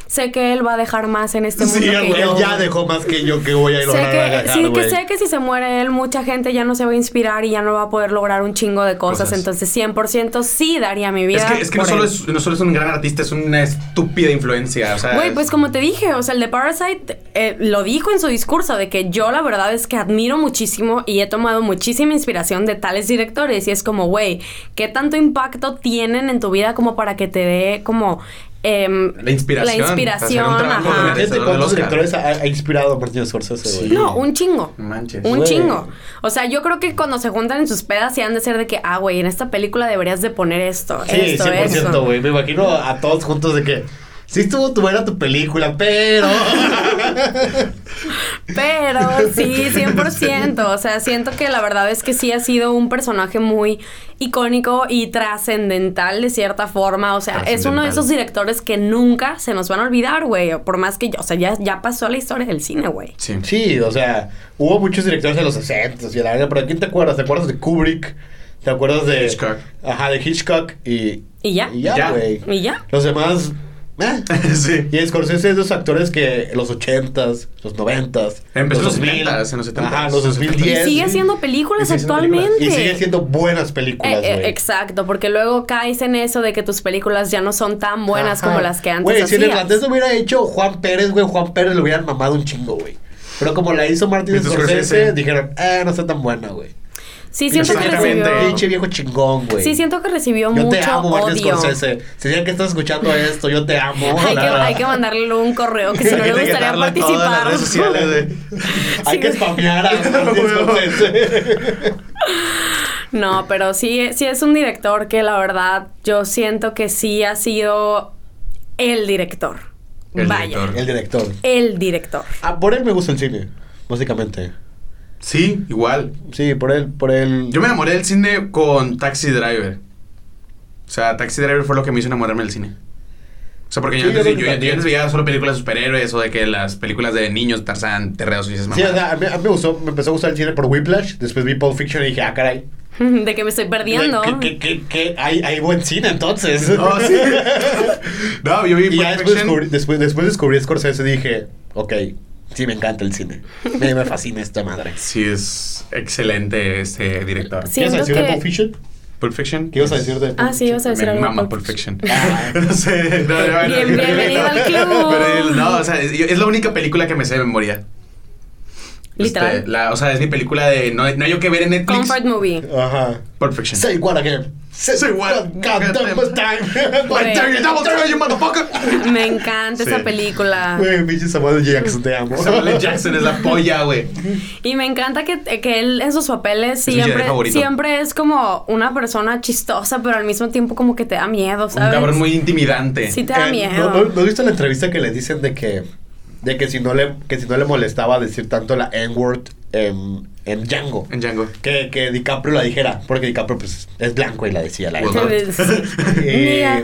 S2: Sé que él va a dejar más en este mundo
S1: Sí,
S2: que
S1: güey, él
S2: yo.
S1: ya dejó más que yo que voy a
S2: Sé
S1: lograr
S2: que,
S1: agarrar,
S2: sí, que
S1: güey.
S2: sé que si se muere él, mucha gente ya no se va a inspirar y ya no va a poder lograr un chingo de cosas.
S3: Cosas.
S2: Entonces, 100% sí daría mi vida.
S3: Es que, es que no,
S2: por
S3: solo
S2: él.
S3: es, no solo es un gran artista, es una estúpida influencia. O sea,
S2: Güey, pues como te dije, o sea, el de Parasite eh, lo dijo en su discurso de que yo la verdad es que admiro muchísimo y he tomado muchísima inspiración de tales directores y es como, güey, ¿qué tanto impacto tienen en tu vida como para que te dé como... em,
S3: La inspiración,
S2: La
S3: hacer un
S2: inspiración,
S3: trabajo
S2: ajá.
S3: de-
S1: Fíjate
S3: Del
S1: cuántos
S3: Oscar.
S1: directores ha, ha inspirado a Martin Scorsese, güey.
S3: Sí.
S2: No, un chingo.
S3: No manches.
S2: Un
S1: Güey.
S2: chingo. O sea, yo creo que cuando se juntan en sus pedas y han de ser de que, ah, güey, en esta película deberías de poner esto,
S1: Sí,
S2: esto,
S1: 100%,
S2: esto.
S1: güey. Me imagino a todos juntos de que... Sí estuvo tu buena tu película, pero...
S2: Pero sí, 100%. O sea, siento que la verdad es que sí ha sido un personaje muy icónico y trascendental de cierta forma. O sea, es uno de
S3: Trascendental.
S2: esos directores que nunca se nos van a olvidar, güey. Por más que, o sea, ya, ya pasó a la historia del cine, güey.
S3: Sí.
S1: Sí, o sea, hubo muchos directores de los 60 y la verdad, pero ¿a quién te acuerdas? ¿Te acuerdas de Kubrick? ¿Te acuerdas de...
S3: Hitchcock.
S1: Ajá, de Hitchcock y...
S2: Y ya.
S1: Y ya,
S3: Ya.
S1: güey.
S2: Y ya.
S1: Los demás... eh.
S3: sí.
S1: Y Scorsese es de esos actores que en los 80s, los 90s,
S3: Empezó
S1: los
S3: en los
S1: 2000,
S3: 70s, en los 70s,
S1: ajá, los
S3: en los
S1: 2010.
S2: Y sigue haciendo
S3: Y
S2: películas
S3: sigue haciendo películas.
S2: actualmente.
S1: Y sigue haciendo buenas
S2: Eh,
S1: películas,
S2: eh,
S1: güey.
S2: exacto, porque luego caes en eso de que tus películas ya no son tan buenas
S1: Ajá.
S2: como las que antes
S1: Güey, si el
S2: hacías.
S1: irlandés lo hubiera hecho Juan Pérez, güey, Juan Pérez lo hubieran mamado un chingo, güey. Pero como la hizo Martin
S3: Entonces,
S1: Scorsese,
S3: Scorsese.
S1: dijeron, eh, no está tan buena, güey.
S2: Sí, siento que
S3: Exactamente.
S2: recibió...
S1: Pinche viejo chingón, güey.
S2: Sí, siento que recibió
S1: Yo
S2: mucho
S1: te amo, Martin
S2: odio.
S1: Scorsese. Si ya que estás escuchando esto, yo te amo.
S2: Hay que,
S1: La-
S2: hay que mandarle un correo que si no le
S3: Hay que
S2: gustaría
S3: etiquetarlo en todas las
S2: participar.
S3: redes sociales, güey.
S1: Hay que spamear a Martin Scorsese.
S2: No, pero sí, sí es un director que la verdad yo siento que sí ha sido el director.
S3: El
S2: Vaya.
S3: director.
S1: El director.
S2: El director.
S1: Ah, por él me gusta el cine, básicamente.
S3: Sí, igual.
S1: Sí, por él, por él.
S3: Yo me enamoré del cine con Taxi Driver. O sea, Taxi Driver fue lo que me hizo enamorarme del cine. O sea, porque yo,
S1: Sí, yo creo
S3: antes, yo,
S1: que
S3: yo
S1: también.
S3: antes veía solo películas de superhéroes o de que las películas de niños, Tarzán, Terreos y esas
S1: Sí, o
S3: mamadas.
S1: sea, a mí, a mí me, gustó, me empezó a gustar el cine por Whiplash, después vi Pulp Fiction y dije, ah, caray.
S2: De que me estoy perdiendo.
S1: ¿Qué, qué, qué, qué? Hay, hay buen cine entonces.
S3: No, sí. no, yo vi
S1: Y ya después
S3: Pulp Fiction.
S1: descubrí, después, después descubrí Scorsese y dije, ok, sí me encanta el cine. Me, me fascina esta madre.
S3: Sí, es excelente este director.
S2: Sí.
S1: ¿Quieres
S2: Siento
S1: decir de
S2: que-
S1: Pulp Fiction?
S3: Pulp Fiction.
S1: ¿Qué ibas a decir de Pulp
S2: Ah, sí,
S1: Fiction?
S2: ibas a decir
S3: Me
S2: algo.
S3: mama
S2: por-
S3: Pulp Fiction.
S1: Ah.
S3: no sé. No, no, no,
S2: Bien-
S3: no,
S2: bienvenido
S3: no.
S2: al club.
S3: Pero, no, o sea, es, yo- es la única película que me sé de memoria.
S2: Literal.
S3: Este, la, o sea, es mi película de. No, no hay yo que ver en Netflix.
S2: Comfort movie.
S1: Ajá.
S3: Pulp Fiction.
S1: Say what again. Say,
S3: Say what?
S1: what? Goddamn
S3: Goddamn.
S1: time.
S3: Like, there you double turn, you motherfucker.
S2: Me encanta
S3: Sí.
S2: esa película.
S1: Güey, pinche Samuel L. Jackson, te amo.
S3: Samuel L. Jackson es la polla, güey.
S2: Y me encanta que, que él en sus papeles
S3: mi
S2: siempre,
S3: Jedi favorito.
S2: siempre es como una persona chistosa, pero al mismo tiempo como que te da miedo,
S3: Un
S2: ¿sabes?
S3: cabrón muy intimidante.
S2: Sí te da
S1: Eh,
S2: miedo.
S1: ¿no, no, no viste la entrevista que le dicen de que de que si no le que si no le molestaba decir tanto la N-word en, en Django?
S3: En Django.
S1: Que, que DiCaprio la dijera, porque DiCaprio pues es blanco y la decía la N-word.
S2: Pues, sí.
S1: Eh.
S2: Mira.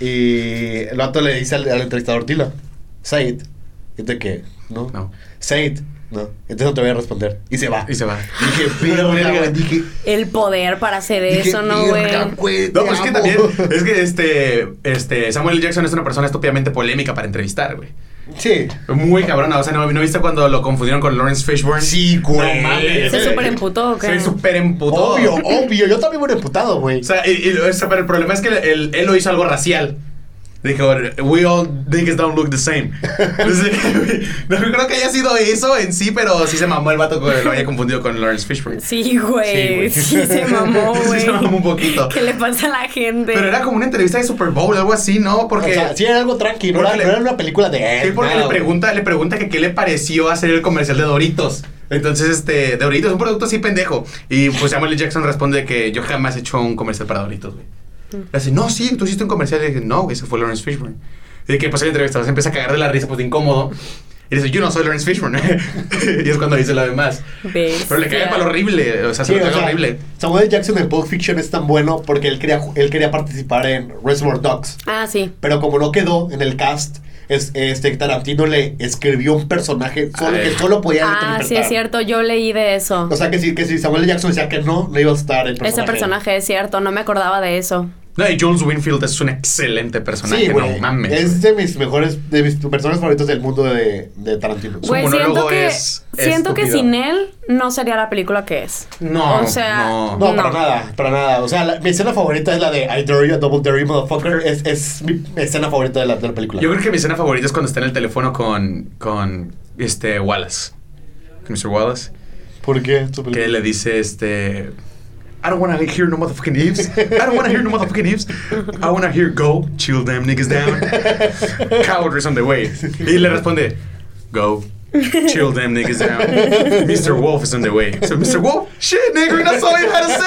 S1: Y, y el vato le dice al, al entrevistador, dilo, say it. Y te que, no,
S3: No.
S1: say it, no. Entonces no te voy a responder. Y se va.
S3: Y se va.
S1: Dije, verga, güey. Dije,
S2: El poder para hacer
S1: dije,
S2: eso, ¿no, güey?
S1: verga, güey.
S3: No,
S1: te
S3: pues es que
S1: amo.
S3: también. Es que este. Este. Samuel L. Jackson es una persona estúpidamente polémica para entrevistar, güey.
S1: Sí.
S3: Muy cabrona. O sea, ¿no, ¿no viste cuando lo confundieron con Lawrence Fishburne?
S1: Sí, güey.
S3: No mames.
S2: ¿Se superemputó o qué?
S3: Se superemputó.
S1: Obvio, obvio. Yo también hubiera emputado, güey.
S3: O sea, y- y- o sea, pero el problema es que el- él lo hizo algo racial. Dijo, we all niggas don't look the same. Entonces, no creo que haya sido eso en sí, pero sí se mamó el vato que lo había confundido con Lawrence Fishburne.
S2: Sí,
S1: Sí,
S2: güey.
S1: güey.
S2: Sí, se mamó,
S3: Sí,
S2: güey.
S3: se mamó un poquito.
S2: ¿Qué le pasa a la gente?
S3: Pero era como una entrevista de Super Bowl, algo así, ¿no? Porque,
S1: o sea, sí era algo tranqui, no,
S3: porque
S1: era,
S3: le-
S1: no era una película de él.
S3: sí, porque
S1: nada,
S3: le,
S1: güey.
S3: pregunta, le pregunta que qué le pareció hacer el comercial de Doritos. Entonces, este, de Doritos, un producto así pendejo. Y pues Samuel L. Jackson responde que yo jamás he hecho un comercial para Doritos, güey. Le dice, no, sí, tú hiciste un comercial. Y le dije, no, güey, ese fue Lawrence Fishburne. Y de que pasa el entrevistador, se empieza a cagar de la risa, pues de incómodo. Y dice, yo no soy Lawrence Fishburne. y es cuando dice lo demás.
S2: Bestia.
S3: Pero le cae para lo horrible, o sea, se
S1: Sí,
S3: lo
S1: o
S3: caga
S1: sea,
S3: horrible.
S1: Samuel L. Jackson en Pulp Fiction es tan bueno porque él quería, ju- él quería participar en Reservoir Dogs.
S2: Ah, sí.
S1: Pero como no quedó en el cast, es- este Tarantino le escribió un personaje solo,
S3: Ay.
S1: que solo podía
S2: Ah,
S1: interpretar.
S2: sí, es cierto. Yo leí de eso.
S1: O sea que si, que si Samuel L. Jackson decía que no, no iba a estar el personaje.
S2: Ese personaje es cierto. No me acordaba de eso.
S3: No, y Jules Winfield es un excelente personaje,
S1: Sí,
S3: no
S1: güey.
S3: mames.
S1: es de mis mejores, de mis personajes favoritos del mundo de, de Tarantino.
S3: Su
S2: Güey,
S3: monólogo
S2: siento que,
S3: es
S2: siento que
S3: estúpido.
S2: sin él no sería la película que es.
S3: No,
S2: O sea,
S3: no.
S1: No,
S2: No.
S1: para nada, para nada. O sea, la- mi escena favorita es la de I Dare You, Double Dare You, Motherfucker. Es, es mi escena favorita de la, de la película.
S3: Yo creo que mi escena favorita es cuando está en el teléfono con, con este Wallace. Con Mr. Wallace.
S1: ¿Por qué? Tu película.
S3: Que le dice este. I don't wanna hear no motherfucking eaves. I don't wanna hear no motherfucking eaves. I wanna hear go, chill them niggas down. Cowards on the way. Y le responde, go, chill them niggas down. Mr. Wolf is on the way. So Mr. Wolf, shit, nigger, that's all you had to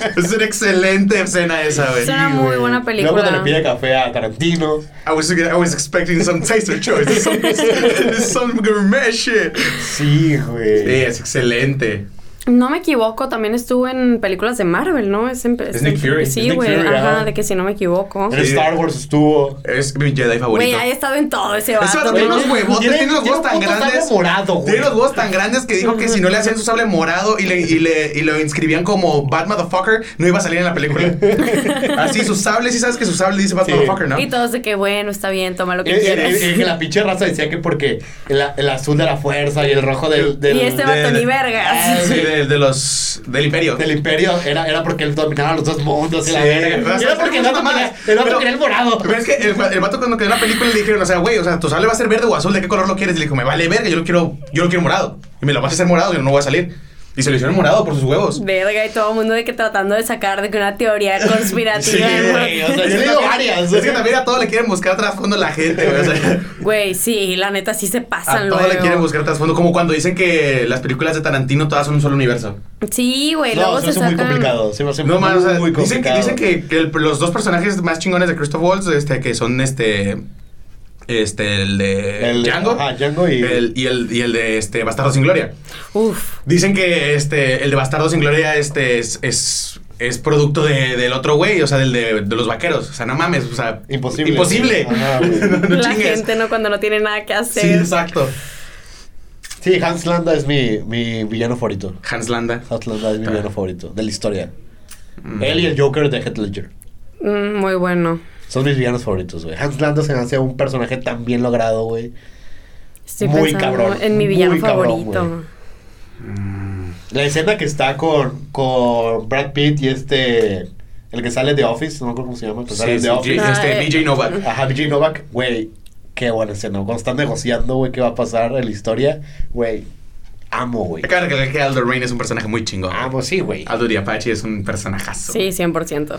S3: say. es una excelente escena esa, güey.
S2: Es una
S1: Sí,
S2: muy
S1: güey.
S2: buena película.
S1: Luego cuando le pide café a Tarantino.
S3: I was I was expecting some taster choice. This some, this some gourmet shit.
S1: Sí, güey.
S3: Sí, es excelente.
S2: No me equivoco, también estuvo en películas de Marvel, ¿no? Es, en-
S3: Es Nick Fury.
S1: Es
S2: Sí,
S1: Nick
S2: güey.
S1: Fury,
S2: Ajá,
S1: ajá.
S2: de que si no me equivoco.
S1: En Star Wars estuvo.
S3: Es mi Jedi
S2: Güey,
S3: favorito.
S2: ha estado en todo ese vato.
S3: vato tiene
S2: ¿no?
S3: unos huevos. tiene los huevos
S1: un
S3: tan
S1: puto sable
S3: grandes.
S1: morado, güey.
S3: Tiene los huevos tan grandes que dijo que si no le hacían su sable morado y, le, y, le, y lo inscribían como Bad Motherfucker, no iba a salir en la película. Así, su sable, sí sabes que su sable dice Bad
S1: Sí.
S3: Motherfucker, ¿no?
S2: Y todos de que, bueno, está bien, toma lo
S1: Y-
S2: que
S1: y-
S2: quieras.
S1: y- y eh, que la pinche raza decía que porque el, el azul de la fuerza y el rojo del, del,
S2: Y este
S1: del-
S2: vato
S3: de-
S2: ni vergas.
S3: Sí, de, de los. del Imperio.
S1: del imperio era, era porque él dominaba los dos mundos y la
S3: Sí,
S1: verga.
S3: pero
S1: Y era
S3: esas
S1: porque el
S3: son
S1: otro
S3: mamadas.
S1: quería, el otro
S3: Pero-
S1: quería el morado.
S3: Pero es que el, el vato cuando quedó en la película le dijeron, o sea, güey, o sea, tu sable va a ser verde o azul, ¿de qué color lo quieres? Y le dijo, me vale verga, yo lo quiero, yo lo quiero morado. Y me lo vas a hacer morado, yo no voy a salir. Y se lo hicieron morado por sus huevos.
S2: Verga, y todo el mundo de que tratando de sacar de que una teoría conspirativa.
S1: Sí, güey,
S2: güey.
S1: o sea, yo le digo varias.
S3: Es que también a todo le quieren buscar trasfondo la gente, güey. O sea,
S2: Güey, sí, la neta sí se pasan
S3: a
S2: luego.
S3: todo le quieren buscar trasfondo. Como cuando dicen que las películas de Tarantino todas son un solo universo.
S2: Sí, güey,
S1: No,
S2: luego
S1: se me
S2: se
S1: hace muy
S2: sacan.
S1: complicado. Se me hace
S3: No,
S1: muy,
S3: man, o sea,
S1: muy
S3: dicen que,
S1: complicado.
S3: dicen que, que el- los dos personajes más chingones de Christoph Waltz, este, que son este. Este, el de
S1: El-
S3: Django.
S1: ajá, Django y-
S3: El, y, el, y el de este, Bastardo sin Gloria.
S2: Uf.
S3: Dicen que este, el de Bastardo sin Gloria este, es, es, es producto de- del otro güey, o sea, del de, de los vaqueros. O sea, no mames, o sea,
S1: Imposible.
S3: Imposible.
S1: Ajá, güey.
S3: no no
S2: la
S3: chingues.
S2: gente, ¿no? Cuando no tiene nada que
S3: Sí,
S2: hacer.
S3: exacto.
S1: Sí, Hans Landa es mi, mi villano favorito.
S3: Hans Landa.
S1: Hans Landa es mi
S3: Ah. Mm.
S1: villano favorito de la historia. Él y el Joker de Heath Ledger.
S2: Mm, muy bueno.
S1: Son mis villanos favoritos, güey. Hans Landa se me hace un personaje tan bien logrado, güey.
S2: Estoy
S1: Muy
S2: pensando
S1: cabrón,
S2: En mi
S1: muy
S2: villano
S1: cabrón,
S2: favorito.
S1: güey.
S3: Mm.
S1: La escena que está con, con Brad Pitt y este... El que sale de Office, no me acuerdo cómo se llama, pero Pues,
S3: Sí,
S1: sale
S3: sí,
S1: de Office.
S3: J- este,
S2: Ah, eh.
S3: DJ Novak.
S1: Ajá, BJ Novak, güey, qué buena escena. Cuando están negociando, güey, qué va a pasar en la historia, güey, amo, güey.
S3: Acaba de recalcar que Aldo Rain es un personaje muy chingón.
S1: Amo, sí, güey.
S3: Aldo Diapachi es un personajazo.
S2: Sí, 100%.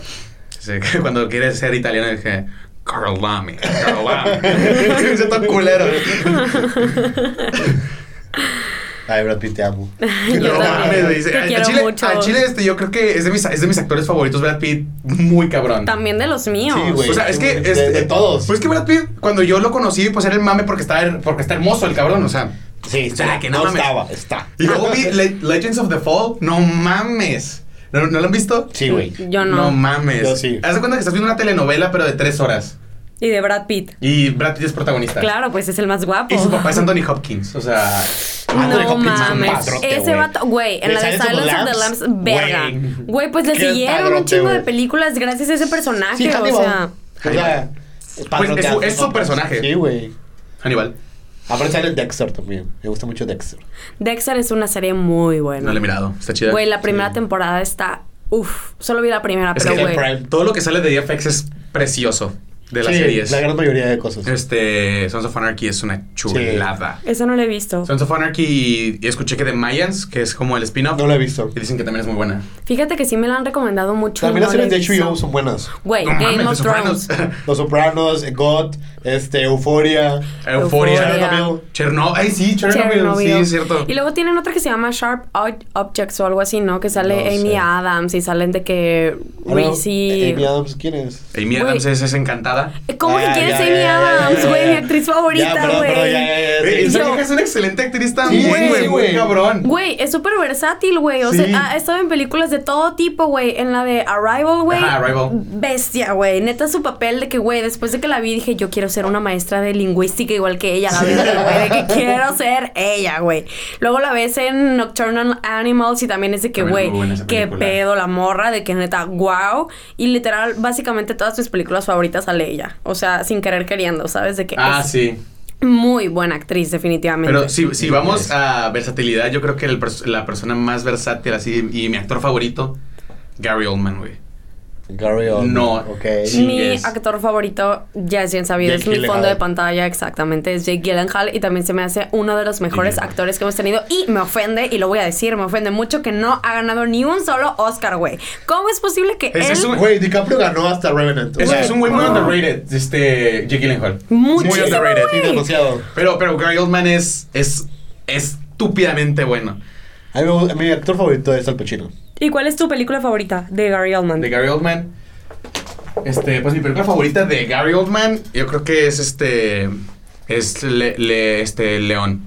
S3: Sí, que cuando quiere ser italiano dije, Carl Lamy, Carl Lamy. Ese tan culero.
S1: Ay, Brad Pitt, te amo.
S2: Yo
S3: No
S2: también.
S3: mames, güey.
S2: Te
S3: Al- al
S2: quiero
S3: Chile,
S2: mucho.
S3: al Chile este, yo creo que es de mis, es de mis actores favoritos, Brad Pitt, muy cabrón.
S2: También de los míos.
S1: Sí, güey.
S3: O sea, es que...
S1: De-
S3: este,
S1: de todos.
S3: Pues que Brad Pitt, cuando yo lo conocí, pues era el mame porque está, porque está hermoso el cabrón, o sea...
S1: Sí,
S3: O sea,
S1: está,
S3: que no
S1: no,
S3: mames.
S1: estaba, está.
S3: Y luego vi Le- Legends of the Fall, no mames. ¿No, no lo han visto?
S1: Sí, güey.
S2: Mm, Yo no.
S3: mames.
S1: Yo sí.
S3: Haz de cuenta que estás viendo una telenovela, pero de tres horas.
S2: Y de Brad Pitt.
S3: Y Brad Pitt es protagonista.
S2: Claro, pues es el más guapo.
S3: Y su papá es Anthony Hopkins. O sea, Ah, Anthony
S2: No
S3: Hopkins es un
S2: mames.
S3: padrote,
S1: padrote,
S2: Ese
S1: güey.
S2: vato, güey, en
S1: ¿De
S2: la de
S1: Silence of
S2: Silence
S1: the
S2: of the
S1: Lambs?
S2: Lambs, verga.
S1: Güey.
S2: Güey, pues le
S1: Qué
S2: siguieron un
S1: padrote,
S2: chingo de
S1: güey.
S2: películas gracias a ese personaje, o
S1: Hannibal. Pues,
S2: sea.
S1: O sea, padrote,
S3: es su- es su
S1: ¿no?
S3: personaje.
S1: Sí, güey.
S3: Hannibal.
S1: Aparte sale Dexter también. Me gusta mucho Dexter.
S2: Dexter es una serie muy buena.
S3: No le he mirado. Está chida.
S2: Güey, la primera temporada está. Uf, solo vi la primera,
S3: Es
S2: pero
S3: que
S2: güey.
S1: Prime.
S3: todo lo que sale de FX es precioso de las
S1: Sí,
S3: series.
S1: La gran mayoría de cosas.
S3: Este, Sons of Anarchy es una chulada.
S2: Esa no la he visto.
S3: Sons of Anarchy y, y escuché que de Mayans, que es como el spin-off,
S1: No lo he visto.
S3: y dicen que también es muy buena.
S2: Fíjate que sí me la han recomendado mucho.
S1: También
S2: no
S1: las series
S2: la he
S1: de HBO
S2: visto.
S1: son buenas.
S2: Güey,
S3: No
S2: Game
S3: mames,
S2: of
S3: The Sopranos.
S2: Thrones.
S1: Los Sopranos, God, este, Euforia.
S3: Euforia.
S2: Euphoria.
S1: Chernobyl.
S3: Chernobyl. Ay, sí, Chernobyl.
S2: Chernobyl.
S3: Sí, es cierto.
S2: Y luego tienen otra que se llama Sharp Ob- Objects o algo así, ¿no? Que sale
S1: No
S2: Amy
S1: sé.
S2: Adams y salen de que
S1: Bueno,
S2: Reese.
S1: Amy Adams, ¿quién es?
S3: Amy
S2: Güey.
S3: Adams es, es encantada.
S2: ¿Cómo que
S1: Ah,
S2: quieres
S1: ya,
S2: Amy
S1: ya, ya, ya,
S2: Adams,
S1: ya,
S2: güey?
S1: ya.
S2: Mi actriz
S1: Ya,
S2: favorita,
S1: perdón, perdón, ya,
S2: güey.
S1: ya, ya,
S3: Güey,
S1: sí.
S3: Esa
S2: yo-
S3: vieja es una excelente actriz
S1: Sí,
S3: también, güey.
S1: sí,
S3: muy
S1: güey.
S3: cabrón.
S2: Güey, es súper versátil, güey. O
S3: Sí.
S2: sea, ha estado en películas de todo tipo, güey. En la de Arrival, güey.
S3: Ajá, Arrival.
S2: Bestia, güey. Neta, su papel de que, güey, después de que la vi, dije, yo quiero ser una maestra de lingüística igual que ella. La vida del güey, de que quiero ser ella, güey. Luego la ves en Nocturnal Animals y también es de que,
S3: También
S2: güey,
S3: muy buena esa
S2: qué
S3: película.
S2: pedo la morra, de que neta, wow. Y literal, básicamente todas tus películas favoritas sale ella. O sea, sin querer queriendo, ¿sabes? De que
S3: Ah,
S2: es
S3: sí.
S2: muy buena actriz, definitivamente.
S3: Pero si, si vamos a versatilidad, yo creo que el pers- la persona más versátil así y mi actor favorito, Gary Oldman, güey.
S1: Gary Oldman.
S3: No.
S1: Ok.
S3: Sí.
S2: Mi
S3: es.
S2: actor favorito, ya es bien sabido,
S1: Jake
S2: es mi
S1: Gyllenhaal.
S2: fondo de pantalla, exactamente, es Jake Gyllenhaal y también se me hace uno de los mejores
S3: Gyllenhaal.
S2: actores que hemos tenido y me ofende, y lo voy a decir, me ofende mucho que no ha ganado ni un solo Oscar, güey. ¿Cómo es posible que
S3: Ese
S2: él...
S3: es un-
S1: Güey, DiCaprio ganó hasta Revenant.
S3: Es,
S1: güey.
S3: es un güey muy underrated, este, Jake Gyllenhaal. muy
S2: Muchísimo,
S3: underrated.
S1: Sí,
S2: güey.
S1: demasiado.
S3: Pero, pero Gary Oldman es, es estúpidamente bueno.
S1: A mí me gusta- mi actor favorito es Al Pacino.
S2: ¿Y cuál es tu película favorita de Gary Oldman?
S3: De Gary Oldman. Este, pues mi película favorita de Gary Oldman, yo creo que es este. Es Le- Le- este, León.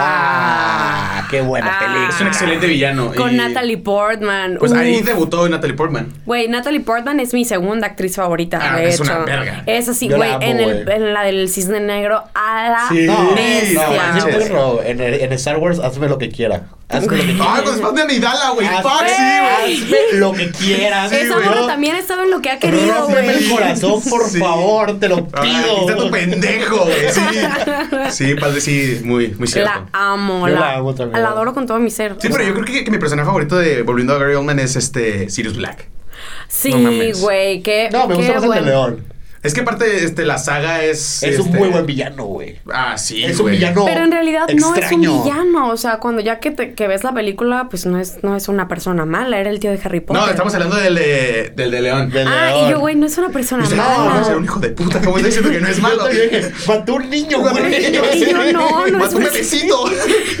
S2: ah,
S1: qué buena
S2: Ah.
S1: película.
S3: Es un excelente villano.
S2: con
S3: y-
S2: Natalie Portman.
S3: Pues ahí
S2: uf.
S3: debutó Natalie Portman.
S2: Güey, Natalie Portman es mi segunda actriz favorita,
S3: Ah,
S2: de
S3: es
S2: hecho.
S3: una verga.
S2: Es así,
S1: Yo la
S2: güey,
S1: amo,
S2: en, el-
S1: güey.
S2: en la del cisne negro, a la
S3: Sí.
S1: No,
S2: bestia,
S1: no,
S3: manches.
S1: ese
S2: güey.
S1: perro, en, el- en Star Wars hazme lo que quiera. Hazme lo que quiera.
S3: Ah, con Spazio Nidala, güey.
S1: Hazme-
S3: Fuck, Ah, sí, güey.
S1: hazme lo que quieras.
S3: Sí,
S2: Esa
S3: güey.
S2: morra
S3: No.
S2: también ha estado en lo que ha querido,
S1: Rómpeme el
S2: güey.
S1: corazón, por
S3: Sí.
S1: favor, te lo
S3: Ah, Aquí
S1: pido.
S3: está tu pendejo, güey. Sí. Sí, padre, sí, muy, muy cierto.
S2: La amo,
S1: Yo
S2: la,
S1: la amo también.
S2: la adoro con todo mi ser.
S3: Sí, pero yo creo que, que mi personaje favorito de Volviendo a Gary Oldman es este Sirius Black. No
S2: Sí,
S3: mames.
S2: güey, qué
S1: No, me gusta
S2: qué
S1: más el
S2: bueno.
S1: de León.
S3: Es que aparte este, la saga es.
S1: Es un
S3: este,
S1: muy buen villano, güey.
S3: Ah, sí.
S1: Es un
S3: güey.
S1: villano.
S2: Pero en realidad no es un
S1: extraño.
S2: villano, o sea, cuando ya que, te- que ves la película, pues no es, no es una persona mala, era el tío de Harry Potter.
S3: No, estamos hablando del de, del de León.
S1: Del-
S2: Ah, y
S1: León.
S2: yo, güey, no es una persona
S3: Dice,
S2: mala.
S3: no, no, es un hijo de puta. ¿Cómo está diciendo que no es malo?
S1: Yo te dije, mató un niño,
S3: Mató un
S1: güey.
S3: niño,
S2: Y yo, no, no es
S3: Mató
S2: un-
S3: un bebecito.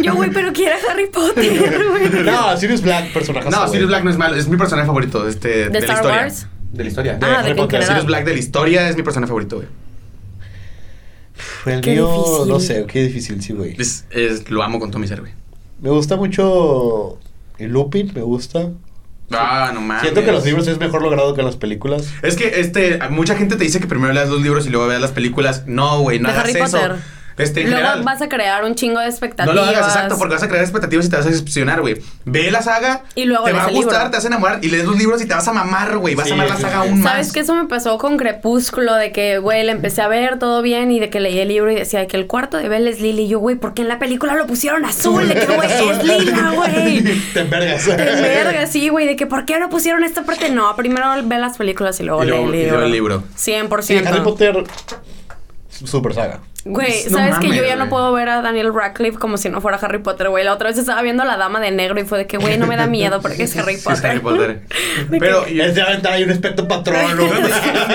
S2: Yo, güey, pero quiera Harry Potter, güey.
S1: No, Sirius Black, personaje.
S3: No, Sirius Black no es malo. Es mi personaje favorito este, de, la
S2: Star
S3: historia.
S2: Wars?
S3: De la historia.
S2: Ah, de que en general.
S3: Sirius Black de la historia es mi personaje favorito, güey.
S1: El
S2: Qué
S1: mío,
S2: difícil.
S1: no sé, qué difícil, sí, güey.
S3: Es, es- lo amo con todo mi ser, güey.
S1: Me gusta mucho el Lupin, me gusta.
S3: Ah, no mames.
S1: Siento que los libros es mejor logrado que las películas.
S3: Es que este, mucha gente te dice que primero leas los libros y luego veas las películas. No, güey, no
S2: De
S3: hagas
S2: Harry
S3: eso.
S2: Potter.
S3: Este, en
S2: Luego
S3: general.
S2: vas a crear un chingo de
S3: No
S2: expectativas.
S3: lo hagas, exacto, porque vas a crear expectativas y te vas a decepcionar, güey. Ve la saga,
S2: Y luego
S3: te
S2: lees
S3: va a
S2: el
S3: gustar,
S2: libro.
S3: te vas a enamorar y lees los libros y te vas a mamar, güey. Vas
S1: Sí,
S3: a amar la
S1: sí,
S3: saga
S1: sí.
S3: aún más.
S2: ¿Sabes qué? Eso me pasó con Crepúsculo, de que, güey, la empecé a ver todo bien y de que leí el libro y decía de que el cuarto de Belle es Lily. Y yo, güey, ¿por qué en la película lo pusieron azul? De que, güey, es lila, güey.
S1: Te envergas.
S2: Te verga, sí, güey, de que ¿por qué no pusieron esta parte? No, primero ve las películas y luego
S3: Y
S2: lee
S3: luego-
S2: el
S3: y
S2: libro.
S3: luego el libro.
S2: 100%.
S1: Sí, Harry Potter. Super saga.
S2: Güey,
S3: No
S2: ¿sabes que
S3: mames,
S2: yo ya no
S3: güey.
S2: puedo ver a Daniel Radcliffe como si no fuera Harry Potter, güey? La otra vez estaba viendo La Dama de Negro y fue de que, güey, no me da miedo porque es Harry
S3: Sí, es Harry
S2: Potter.
S3: Potter. Pero yo-
S1: Es de aventar ahí un espectro patrón. ¿no?
S3: donde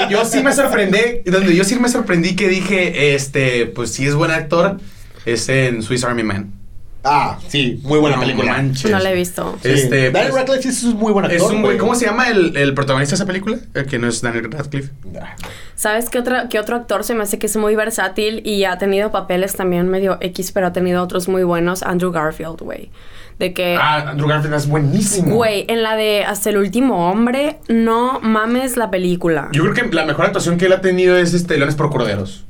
S3: yo sí me sorprendí, donde yo sí me sorprendí que dije, este, pues si es buen actor, es en Swiss Army Man.
S1: ah, sí, muy buena
S3: No
S1: película.
S3: manches.
S2: No la he visto.
S1: Sí.
S3: Este,
S1: Daniel
S3: pues,
S1: Radcliffe es un muy buen actor.
S3: Es un güey, ¿cómo se llama el, el protagonista de esa película? El que no es Daniel Radcliffe.
S1: llama?
S2: ¿Sabes qué, otra, qué otro actor se me hace que es muy versátil y ha tenido papeles también medio X, pero ha tenido otros muy buenos? Andrew Garfield, güey. De que...
S3: Ah, Andrew Garfield es buenísimo.
S2: Eh. Güey, en la de Hasta el último hombre, no mames la película.
S3: Yo creo que la mejor actuación que él ha tenido es este Leones por Corderos.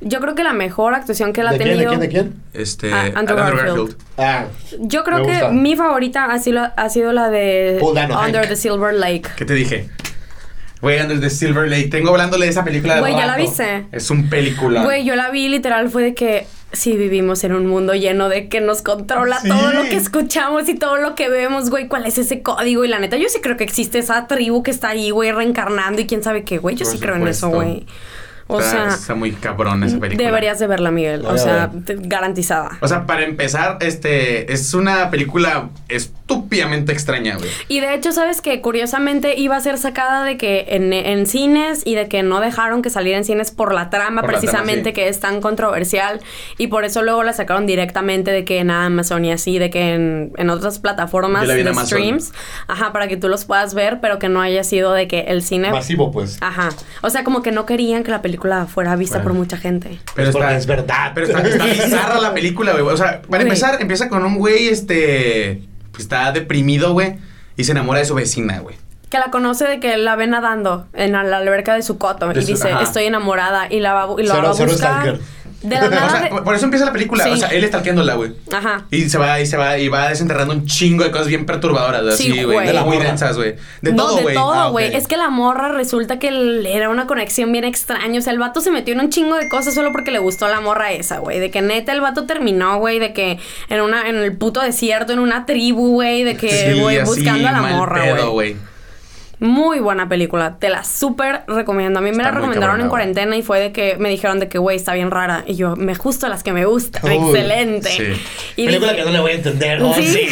S2: Yo creo que la mejor actuación que él ha
S1: ¿De quién? ¿De
S2: tenido.
S1: quién? ¿De quién?
S3: Este
S2: Ah, Andrew Garfield.
S1: Ah,
S2: Yo creo
S1: Me
S2: que
S1: gusta.
S2: mi favorita ha sido, ha sido la de
S1: Paul Dano,
S2: Under
S1: Hank.
S2: the Silver Lake.
S3: ¿Qué te dije? Güey, Under the Silver Lake. Tengo hablándole de esa película de
S2: Güey, ¿ya la
S3: rato.
S2: viste?
S3: Es un película.
S2: Güey, yo la vi literal, fue de que sí vivimos en un mundo lleno de que nos controla
S3: Sí.
S2: todo lo que escuchamos y todo lo que vemos, güey. ¿Cuál es ese código? Y la neta, yo sí creo que existe esa tribu que está ahí, güey, reencarnando y quién sabe qué, güey. Yo
S3: Por
S2: sí creo en eso,
S3: supuesto.
S2: güey. O
S3: está,
S2: sea,
S3: está muy cabrón esa película.
S2: deberías de verla, Miguel.
S1: La
S2: O
S1: voy a
S2: sea,
S1: ver.
S2: te- garantizada.
S3: O sea, para empezar, este es una película estúpidamente extraña, güey.
S1: Pues
S2: Y de hecho, sabes que curiosamente iba a ser sacada de que en, en cines y de que no dejaron que saliera en cines por la trama
S3: Por la trama,
S2: precisamente
S3: sí.
S2: que es tan controversial y por eso luego la sacaron directamente de que en Amazon y así, de que en, en otras plataformas
S3: Yo la vi en
S2: de
S3: Amazon.
S2: streams, ajá, para que tú los puedas ver, pero que no haya sido de que el cine,
S1: masivo, pues.
S3: Ah,
S2: ajá, o sea, como que no querían que la película fuera vista
S3: Bueno.
S2: por mucha gente.
S1: Pues
S3: Pero
S1: Porque
S3: está,
S1: es verdad.
S3: Ah, Pero está, está bizarra la película, güey. O sea, para
S2: Güey.
S3: empezar, empieza con un güey, este, pues, está deprimido, güey, y se enamora de su vecina, güey.
S2: Que la conoce de que la ve nadando en la la alberca de su coto
S3: De
S2: y
S3: su-
S2: dice,
S3: ajá.
S2: estoy enamorada y la va, y la
S1: Cero-
S2: va a
S1: cero
S2: buscar.
S1: stalker.
S2: De la nada.
S3: O sea,
S2: de-
S3: por por eso empieza la película.
S2: Sí.
S3: O sea, él estalqueándola, güey.
S2: Ajá.
S3: Y se va, y se va, y va desenterrando un chingo de cosas bien perturbadoras, güey,
S2: Sí,
S3: así, güey.
S2: güey.
S3: De la muy
S1: Morra.
S3: densas, güey. De
S2: no,
S3: todo,
S2: de
S3: güey.
S1: Ah,
S2: todo,
S1: ok.
S2: güey. Es que la morra resulta que l- era una conexión bien extraña. O sea, el vato se metió en un chingo de cosas solo porque le gustó la morra esa, güey. De que neta el vato terminó, güey. De que en una, en el puto desierto, en una tribu, güey. De que,
S3: Sí,
S2: güey,
S3: así,
S2: buscando a la
S3: mal
S2: morra,
S3: pedo,
S2: güey. Muy buena película. Te la súper recomiendo. A mí me
S3: Está
S2: la
S3: muy
S2: recomendaron
S3: cabrona,
S2: en
S3: güey.
S2: cuarentena y fue de que me dijeron de que, güey, está bien rara. Y yo, me justo las que me gustan.
S1: Uy,
S2: Excelente.
S3: sí.
S2: Y
S1: película
S2: dije-
S1: que no le voy a entender. ¿no?
S2: Sí.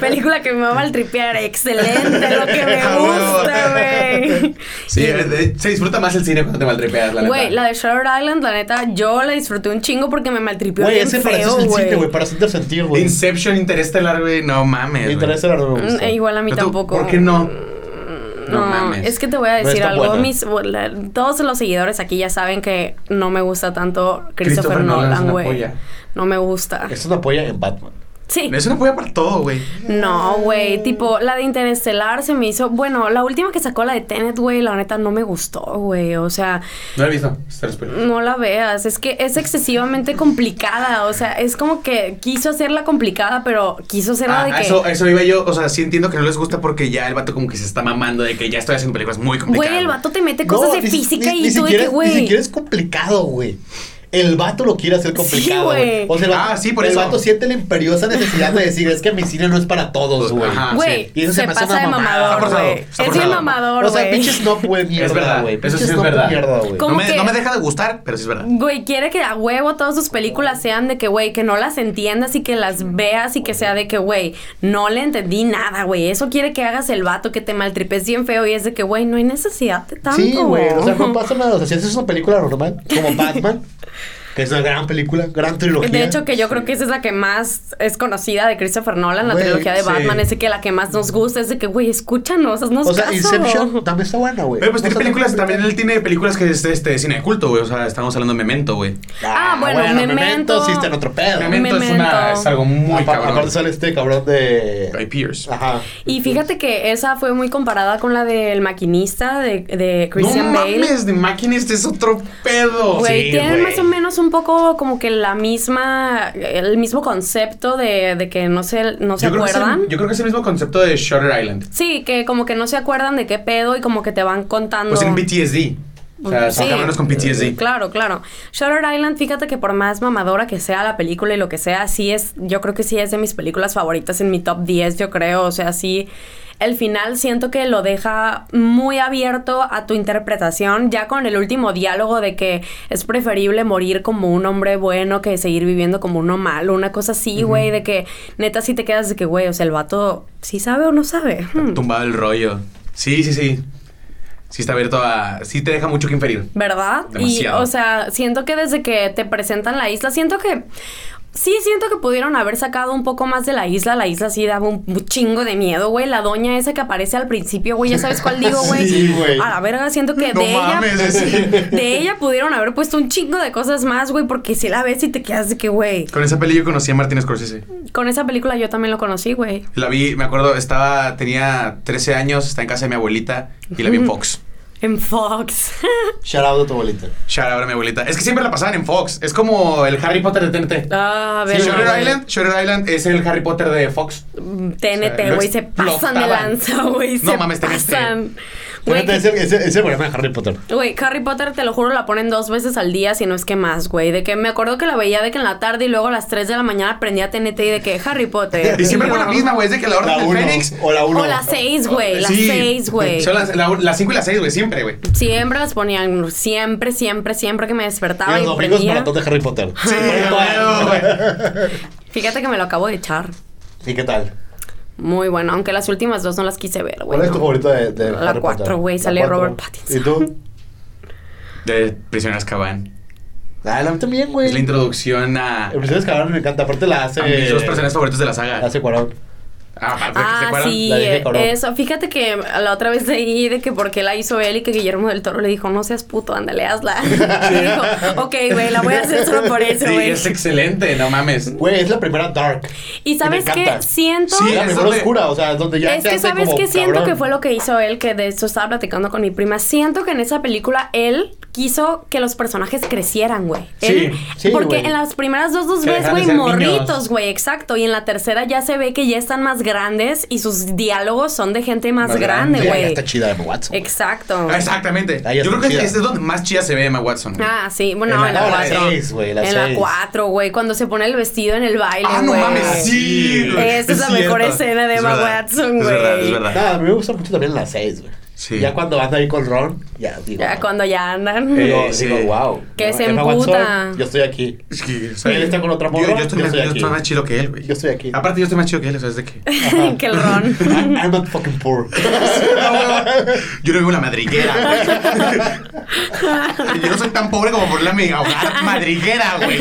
S2: Película que me va a maltripear. Excelente, lo que me
S3: A huevo.
S2: gusta, güey.
S3: Sí, de- se disfruta más el cine cuando te maltripeas, la neta.
S2: Güey, la de Shutter Island, la neta, yo la disfruté un chingo porque me maltripeó
S1: Güey,
S2: bien
S1: ese para
S2: feo,
S1: eso es el
S2: güey.
S1: cine, güey. Para hacerte sentir, güey.
S3: Inception, Interestelar, güey, no mames. güey.
S1: Interestelar no me
S2: Mm,
S1: gusta.
S2: eh, igual a mí
S3: Pero tú,
S2: tampoco. Mm,
S3: ¿Por qué no?
S2: No, es que te voy a
S1: No
S2: decir
S1: está
S2: algo.
S1: buena.
S2: Mis, la- todos los seguidores aquí ya saben que no me gusta tanto Christopher,
S3: Christopher Nolan es
S2: Nolan,
S3: una
S2: güey.
S3: polla.
S2: No me gusta.
S1: Es una polla en Batman.
S2: Sí.
S3: Es una polla para todo, güey.
S2: No, güey, tipo, la de Interestelar se me hizo... Bueno, la última que sacó, la de Tenet, güey, la neta no me gustó, güey. O sea,
S3: No la he visto. Está respirando.
S2: No la veas, es que es excesivamente complicada, o sea, es como que quiso hacerla complicada, pero quiso hacerla de
S3: Ah,
S2: que...
S3: eso, eso iba yo, o sea, sí entiendo que no les gusta porque ya el vato como que se está mamando de que ya estoy haciendo películas muy complicadas.
S2: Güey, el vato te mete cosas de
S1: ni-
S2: física
S1: ni-
S2: y
S1: ni
S2: tú de
S1: siquiera-
S2: que, güey...
S1: Ni siquiera es complicado, güey. El vato lo quiere hacer complicado, güey.
S2: güey.
S1: o sea, el vato,
S3: Ah, sí, por
S1: el
S3: eso.
S1: vato siente la imperiosa necesidad de decir, es que mi cine no es para todos, güey.
S3: Ajá.
S2: Güey,
S3: sí.
S1: eh, Y eso
S2: se,
S1: se me hace
S2: pasa
S1: una
S2: de
S1: mamada.
S2: mamador,
S3: Está
S2: güey.
S3: forzado, está
S2: Es bien
S3: forzado.
S2: mamador,
S1: O sea,
S2: güey.
S1: pinches no puede mierda,
S3: Es verdad,
S1: güey.
S3: Eso sí
S1: Pinches
S3: es
S1: no puede
S3: verdad.
S1: mierda, güey.
S2: ¿Cómo
S3: no, me,
S2: que?
S3: no me deja de gustar, pero sí es verdad.
S2: Güey, quiere que a huevo todas sus películas sean de que, güey, que no las entiendas y que
S1: Mm.
S2: las veas y que sea de que, güey, no le entendí nada, güey. Eso quiere que hagas el vato, que te maltripes bien feo y es de que, güey, no hay necesidad de tanto,
S1: Sí, güey. O sea, no pasa nada. O sea, si haces una película normal, como Batman, que es una gran película, gran trilogía.
S2: De hecho, que yo creo que esa es la que más es conocida de Christopher Nolan, la
S1: Güey,
S2: trilogía de
S1: sí.
S2: Batman, es de que la que más nos gusta, es de que, güey, escúchanos, haznos
S1: o sea,
S2: caso.
S1: Inception también está buena, güey.
S3: Pero pues
S1: No está
S3: tiene
S1: tan
S3: películas,
S1: complicada.
S3: también él tiene películas que es este, cine de culto, güey. O sea, estamos hablando de Memento, güey.
S2: Ah, bueno, Memento.
S1: sí está en otro pedo.
S2: Memento.
S3: Memento, Es, una, es algo muy
S1: Apa-
S3: cabrón.
S1: Aparte sale este cabrón de...
S3: Guy Pearce.
S1: Ajá.
S2: Y fíjate que esa fue muy comparada con la del maquinista de, de Christian
S3: no
S2: Bale.
S3: mames, de máquina este es otro pedo.
S2: Güey,
S1: Sí,
S2: tienen
S1: güey.
S2: más o menos un poco como que la misma, el mismo concepto de, de que no se, no se
S3: yo, creo que es el-
S2: acuerdan.
S3: yo creo que es el mismo concepto de Shutter Island.
S2: Sí, que como que no se acuerdan de qué pedo y como que te van contando.
S3: Pues en PTSD. O sea, son
S2: Sí.
S3: cabrones con PTSD.
S2: Claro, claro. Shutter Island, fíjate que por más mamadora que sea la película y lo que sea, sí es, yo creo que sí es de mis películas favoritas en mi top 10, yo creo. O sea, sí, el final siento que lo deja muy abierto a tu interpretación, ya con el último diálogo de que es preferible morir como un hombre bueno que seguir viviendo como uno malo, una cosa así, güey, de que neta sí te quedas de que, güey, o sea, el vato sí sabe o no sabe. Hmm.
S3: Tumbado el rollo. Sí, sí, sí. Sí está abierto a... Sí te deja mucho que inferir.
S2: ¿Verdad?
S3: Demasiado.
S2: Y, o sea, siento que desde que te presentan la isla, siento que. Sí, siento que pudieron haber sacado un poco más de la isla. La isla sí daba un un chingo de miedo, güey. La doña esa que aparece al principio, güey, ya sabes cuál digo, güey.
S1: Sí, güey.
S2: A la verga, siento que
S3: No
S2: de
S3: mames,
S2: ella. pues.
S3: sí.
S2: De ella pudieron haber puesto un chingo de cosas más, güey, porque si la ves y te quedas de que, güey.
S3: Con esa peli yo conocí a Martin Scorsese.
S2: Con esa película yo también lo conocí, güey.
S3: La vi, me acuerdo, estaba... Tenía 13 años, estaba en casa de mi abuelita y la vi en Fox.
S2: En Fox.
S1: Shout out a tu abuelita.
S3: Shout out a mi abuelita. Es que siempre la pasaban en Fox. Es como el Harry Potter de TNT.
S2: ah, a
S3: Sí,
S2: ver.
S3: Shutter
S2: güey. Mm,
S3: Island, Shutter Island es el Harry Potter de Fox.
S2: TNT, güey, se pasan de
S3: explotaban.
S2: lanza, güey.
S3: No
S2: se
S3: mames, TNT.
S2: pasan. Güey,
S1: Fíjate, Es el, es el- es el programa de Harry Potter.
S2: Güey, Harry Potter, te lo juro, la ponen dos veces al día, si no es que más, güey. De que me acuerdo que la veía de que en la tarde y luego a las 3 de la mañana prendía TNT y de que Harry Potter.
S3: Y siempre
S2: yo-
S3: fue la misma, güey. Es de que la Orden
S1: La
S3: del
S1: 1
S3: Fénix.
S1: o la 1.
S2: O las 6, güey. Las
S3: Sí.
S2: 6, güey.
S3: Son las 5 y las 6, güey. Siempre, güey.
S2: Siempre las ponían, siempre, siempre, siempre que me despertaba
S1: Y
S2: y
S1: los domingos
S2: prendía.
S1: maratón de Harry Potter.
S3: Sí, güey.
S2: Fíjate que me lo acabo de echar.
S1: ¿Y qué tal?
S2: Muy bueno, aunque las últimas dos no las quise ver, güey.
S1: ¿Cuál es tu
S2: no.
S1: favorito de, de
S2: La
S1: Harry
S2: cuatro,
S1: Potter?
S2: güey,
S1: La
S2: sale
S1: cuatro.
S2: Robert Pattinson.
S1: ¿Y tú?
S3: De Prisioneros Caban.
S1: Ah, la también,
S2: Pues
S1: güey.
S3: Es la introducción a,
S1: El prisionero Escalón me encanta. Aparte la hace...
S3: a mis dos personajes favoritos de la saga.
S1: La hace Cuarón.
S3: Aparte, ¿se
S2: Ah,
S3: acuerdan?
S2: sí,
S1: La dije,
S2: eh,
S1: cabrón.
S2: eso. Fíjate que la otra vez leí de que porque la hizo él y que Guillermo del Toro le dijo, no seas puto, ándale, hazla. y dijo, ok, güey, la voy a hacer solo por eso,
S3: Sí,
S2: güey.
S3: es excelente, no mames.
S1: Güey, es la primera Dark.
S2: y sabes
S1: me
S2: qué,
S1: encanta.
S2: siento...
S3: Sí,
S1: Es la
S3: es
S1: primera
S3: donde-
S1: oscura, o sea, es donde ya
S2: es
S1: se
S2: que
S1: hace
S2: sabes
S1: como
S2: que siento
S1: cabrón.
S2: que fue lo que hizo él, que de esto estaba platicando con mi prima. Siento que en esa película él quiso que los personajes crecieran, güey.
S3: Sí,
S2: Él-
S1: sí,
S2: Porque
S1: güey.
S2: en las primeras dos, dos
S3: Que
S2: veces,
S3: dejan de
S2: güey,
S3: ser
S2: morritos,
S3: niños.
S2: güey, exacto. Y en la tercera ya se ve que ya están más grandes y sus diálogos son de gente más,
S3: Más grande,
S1: Sí,
S2: grande, güey.
S1: ya está chida de Watson.
S2: Exacto.
S3: Ah, Exactamente.
S1: Ahí
S3: Yo
S1: está
S3: creo que
S1: chida.
S3: este es donde más chida se ve Emma Watson. güey.
S2: Ah, sí, bueno,
S3: En
S2: en
S3: la-
S2: la
S3: no, la
S2: 4.
S1: seis, güey, la
S2: En la
S1: seis.
S2: 4, güey, cuando se pone el vestido en el baile,
S3: Ah, no
S2: güey.
S3: mames, sí. güey.
S2: Esa es la
S3: cierto.
S2: mejor escena de
S3: Es
S2: Emma
S3: verdad,
S2: Watson,
S3: Es verdad, es
S2: güey.
S3: verdad.
S1: Nada, a mí me gusta mucho también la 6, güey.
S3: Sí.
S1: Ya cuando anda ahí con Ron, ya digo.
S2: Ya cuando ya andan.
S3: Eh,
S1: Digo,
S3: sí.
S1: digo, wow.
S2: Que se
S1: Emma Watson,
S2: emputa.
S1: Yo estoy aquí.
S3: Es que, o
S1: Él está con otra
S3: yo,
S1: morra,
S3: yo, estoy,
S1: yo
S3: más,
S1: estoy
S3: yo
S1: aquí.
S3: estoy más chido que él, güey.
S1: Yo estoy aquí.
S3: Aparte, yo estoy más chido que él, ¿sabes de qué?
S1: Ajá.
S2: que el Ron.
S1: I'm, I'm not fucking poor.
S3: yo no vivo en la madriguera, güey. yo no soy tan pobre como por la mega hogar madriguera, güey.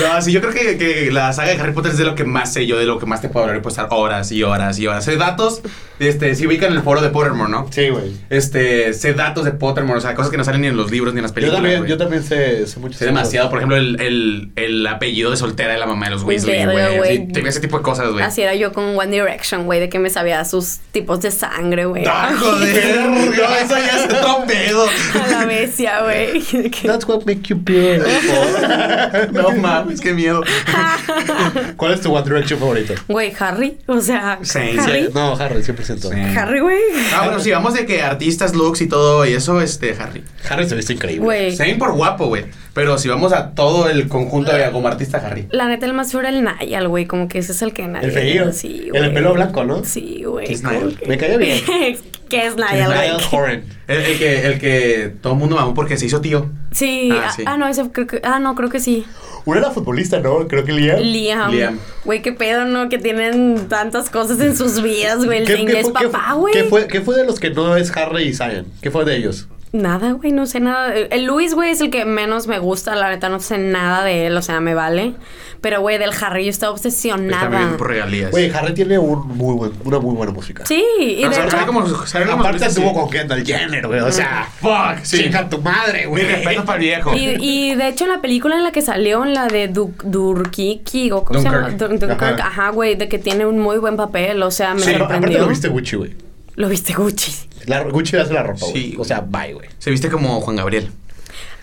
S3: No, sí, yo creo que, que la saga de Harry Potter es de lo que más sé yo, de lo que más te puedo hablar y puedo estar horas y horas y horas. Sé datos, este, si ubican el foro de Pottermore, ¿no?
S1: Sí, güey.
S3: Este, sé datos de Pottermore, o sea, cosas que no salen ni en los libros ni en las
S1: Yo
S3: películas.
S1: también,
S3: güey.
S1: yo también sé, sé mucho.
S3: Sé demasiado, por ejemplo, el, el, el apellido de soltera de la mamá de los Weasley,
S2: Verga,
S3: güey.
S2: güey.
S3: así, te- Ese tipo de cosas, güey.
S2: Así era yo con One Direction, güey, de que me sabía sus tipos de sangre, güey.
S3: ¡Ah, joder! no, eso ya es otro pedo.
S2: A la bestia, güey. De que-
S1: That's what make you beautiful.
S3: No mames, qué miedo.
S1: ¿Cuál es tu One Direction favorito?
S2: Güey, Harry. O sea,
S3: Sí, sí.
S2: Harry.
S1: No, Harry, 100%.
S3: Sí.
S2: Harry, güey.
S3: Ah, bueno, sí, vamos de que artistas, looks y todo, y eso, este, Harry.
S1: Harry se viste increíble.
S2: Güey.
S3: Se ven por guapo, güey. Pero si vamos a todo el conjunto de como artista, Harry.
S2: La neta, el más feo era el Nayal, güey. Como que ese es el que nadie.
S1: El feío.
S2: Ah, Sí,
S1: el
S2: güey.
S1: del pelo blanco, ¿no?
S2: Sí, güey.
S3: Es Nigel.
S1: Me caía bien.
S2: ¿Qué es Nayal,
S1: Niall
S2: güey?
S1: Horan.
S3: El, el que, el que todo el mundo mamó porque se hizo tío.
S2: Sí
S3: Ah,
S2: ah,
S3: sí.
S2: ah, no, ese creo que. Ah, no, creo que sí.
S1: Uno era futbolista, ¿no? Creo que Liam.
S2: Liam.
S3: Liam.
S2: Güey, qué pedo, ¿no? Que tienen tantas cosas en sus vidas, güey. El de inglés
S1: fue,
S2: papá, güey.
S1: ¿qué, fue, ¿Qué fue de los que no es Harry y Zion? ¿Qué fue de ellos?
S2: Nada, güey, no sé nada. de- El Luis, güey, es el que menos me gusta, la neta, no sé nada de él, o sea, me vale. Pero, güey, del Harry yo estaba
S3: Está
S2: obsesionada.
S3: viviendo por regalías. Ah,
S1: Güey, Harry tiene un muy buen- una muy buena música.
S2: Sí, y
S3: No,
S2: de
S3: Ah, se
S2: hecho,
S3: ve como- se ve como-
S1: Aparte estuvo
S3: sí.
S1: con Kendall Jenner, güey. O sea,
S3: Fuck, sí.
S1: chica tu madre,
S3: Mi
S1: güey.
S3: respeto para el viejo.
S2: Ah. y, y de hecho la película en la que salió, en la de Du- Durkiki, o cómo se llama,
S3: Dunkirk.
S2: Dun- Dunkirk,
S1: Ajá.
S2: ajá, güey, de que tiene un muy buen papel, o sea, me
S3: Sí,
S1: Pero aparte
S2: sorprendió.
S1: lo viste Gucci, güey.
S2: Lo viste Gucci.
S1: La, Gucci hace la ropa, güey.
S3: Sí.
S1: O sea, bye, güey.
S3: Se viste como Juan Gabriel.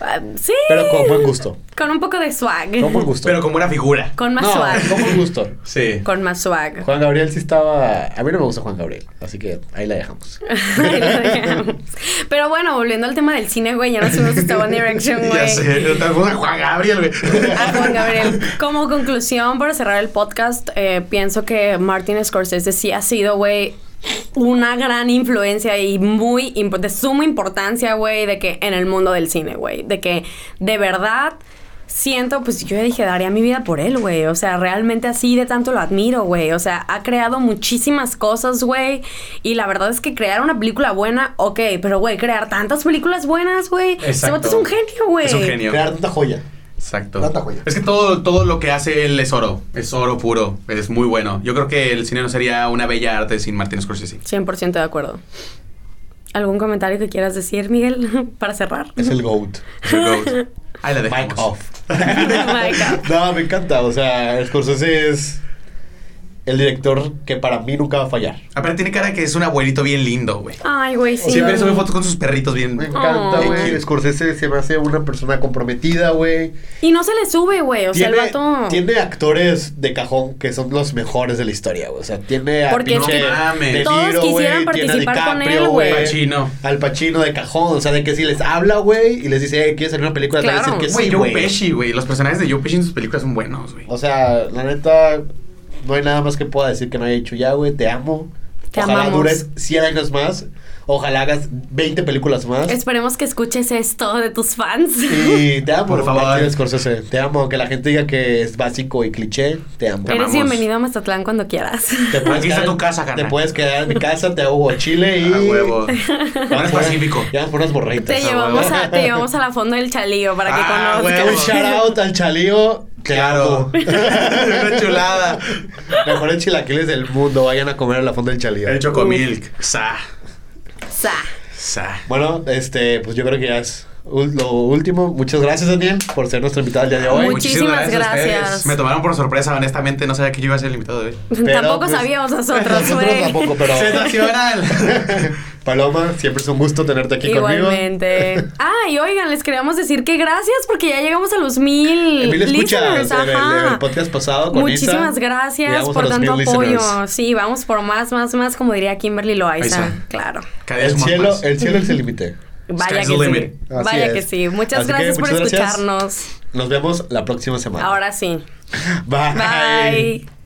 S2: Ah, sí.
S1: Pero con buen gusto.
S2: Con un poco de swag.
S1: Con buen gusto.
S3: Pero como una figura.
S2: Con más
S1: no,
S2: swag.
S1: con buen gusto.
S3: Sí.
S2: Con más swag.
S1: Juan Gabriel sí estaba. A mí no me gusta Juan Gabriel, así que ahí la dejamos.
S2: Ahí lo dejamos. Pero bueno, volviendo al tema del cine, güey, ya nos fuimos hasta One Direction, güey.
S3: Ya sé, yo tampoco a Juan Gabriel, güey.
S2: A Juan Gabriel. Como conclusión, para cerrar el podcast, eh, pienso que Martin Scorsese sí ha sido, güey, una gran influencia y muy impo- de suma importancia, güey, de que en el mundo del cine, güey, de que de verdad siento, pues yo ya dije, daría mi vida por él, güey, o sea, realmente así de tanto lo admiro, güey, o sea, ha creado muchísimas cosas, güey, y la verdad es que crear una película buena, ok, pero, güey, crear tantas películas buenas, güey, ese vato es un genio, güey.
S3: Es un genio.
S1: Crear tanta joya.
S3: Exacto.
S1: Tanta joya.
S3: Es que todo, todo lo que hace él es oro. Es oro puro. Es muy bueno. Yo creo que el cine no sería una bella arte sin Martin Scorsese.
S2: 100% de acuerdo. ¿Algún comentario que quieras decir, Miguel, para cerrar?
S1: Es el GOAT.
S3: The Goat. Ahí la dejamos.
S1: Mic off.
S2: Mic off.
S1: no, me encanta. O sea, Scorsese es el director que para mí nunca va a fallar.
S3: Aparte tiene cara que es un abuelito bien lindo, güey.
S2: Ay, güey, sí.
S3: Siempre sube fotos con sus perritos bien...
S1: Me encanta,
S2: Oh.
S1: güey. Scorsese se me hace una persona comprometida, güey.
S2: Y no se le sube, güey. O sea, el vato.
S1: tiene actores de cajón que son los mejores de la historia, güey. O sea, tiene a
S2: Porque
S3: es
S1: pinche
S3: que
S1: De
S3: mames.
S1: Niro,
S2: todos quisieran
S1: güey, tiene a
S2: participar con
S1: DiCaprio,
S2: él, güey.
S1: güey.
S3: Pacino.
S1: Al Pacino de cajón. O sea, de que si les habla, güey, y les dice, eh, ¿quieres salir en una película? Te van a
S2: Claro.
S1: decir que
S3: Güey,
S1: sí,
S3: Joe
S1: güey.
S3: Pesci, güey. Los personajes de Joe Pesci en sus películas son buenos, güey.
S1: O sea, la neta, no hay nada más que pueda decir que no haya dicho ya, güey. Te amo.
S2: Te
S1: Ojalá
S2: amamos.
S1: dures 100 años más. Ojalá hagas 20 películas más.
S2: Esperemos que escuches esto de tus fans.
S1: Y te amo,
S3: Por favor.
S1: Martin Scorsese. Te amo. Que la gente diga que es básico y cliché. Te amo.
S3: Te amo.
S2: Eres
S3: amamos.
S2: bienvenido a Mazatlán cuando quieras.
S1: Te
S3: Aquí está tu casa,
S1: Te
S3: carnal.
S1: puedes quedar en mi casa, te hago chile y.
S3: A Ah, huevo.
S1: Vamos
S3: Ahora es
S1: por-
S3: pacífico.
S1: Vamos por unas borritas.
S2: Te llevamos, a, te llevamos a la fondo del chalío para que
S3: Ah,
S2: conozcas.
S1: Un
S3: huevo.
S1: shout out al chalío. Te
S3: Claro.
S1: amo.
S3: Una chulada.
S1: Mejores chilaquiles del mundo. Vayan a comer a la fonda del chalío.
S3: El Chocomilk. Sa.
S2: Sa.
S3: Sa.
S1: Uh. Bueno, este, pues yo creo que ya es ul- lo último. Muchas gracias, Daniel, por ser nuestro invitado el día de hoy.
S2: Muchísimas
S3: a ustedes.
S2: gracias.
S3: Me tomaron por sorpresa, honestamente. No sabía que yo iba a ser el invitado de hoy.
S1: Pero,
S2: tampoco
S1: pues,
S2: sabíamos nosotros,
S1: Nosotros
S2: güey.
S1: tampoco, pero.
S3: ¡Sensacional!
S1: Paloma, siempre es un gusto tenerte aquí conmigo.
S2: Igualmente. Ah, y oigan, les queríamos decir que gracias porque ya llegamos a los mil,
S1: Emilio, escucha
S2: listeners.
S1: el, el-
S2: ajá.
S1: el podcast pasado con
S2: Muchísimas
S1: Isa.
S2: gracias
S1: Llegamos a
S2: por
S1: los
S2: tanto
S1: mil
S2: apoyo.
S1: listeners.
S2: Sí, vamos por más, más, más, como diría Kimberly Loaiza.
S3: Ahí está.
S2: Claro.
S3: Cada
S1: El
S3: vez somos
S1: cielo,
S3: más.
S1: el cielo es el límite.
S2: Vaya
S3: Sky's
S2: que
S3: the
S2: sí.
S3: limit.
S1: Así
S2: Vaya
S1: es.
S2: que sí. Muchas
S1: Así que
S2: gracias por
S1: muchas gracias.
S2: escucharnos.
S1: Nos vemos la próxima semana.
S2: Ahora sí.
S1: Bye.
S2: Bye.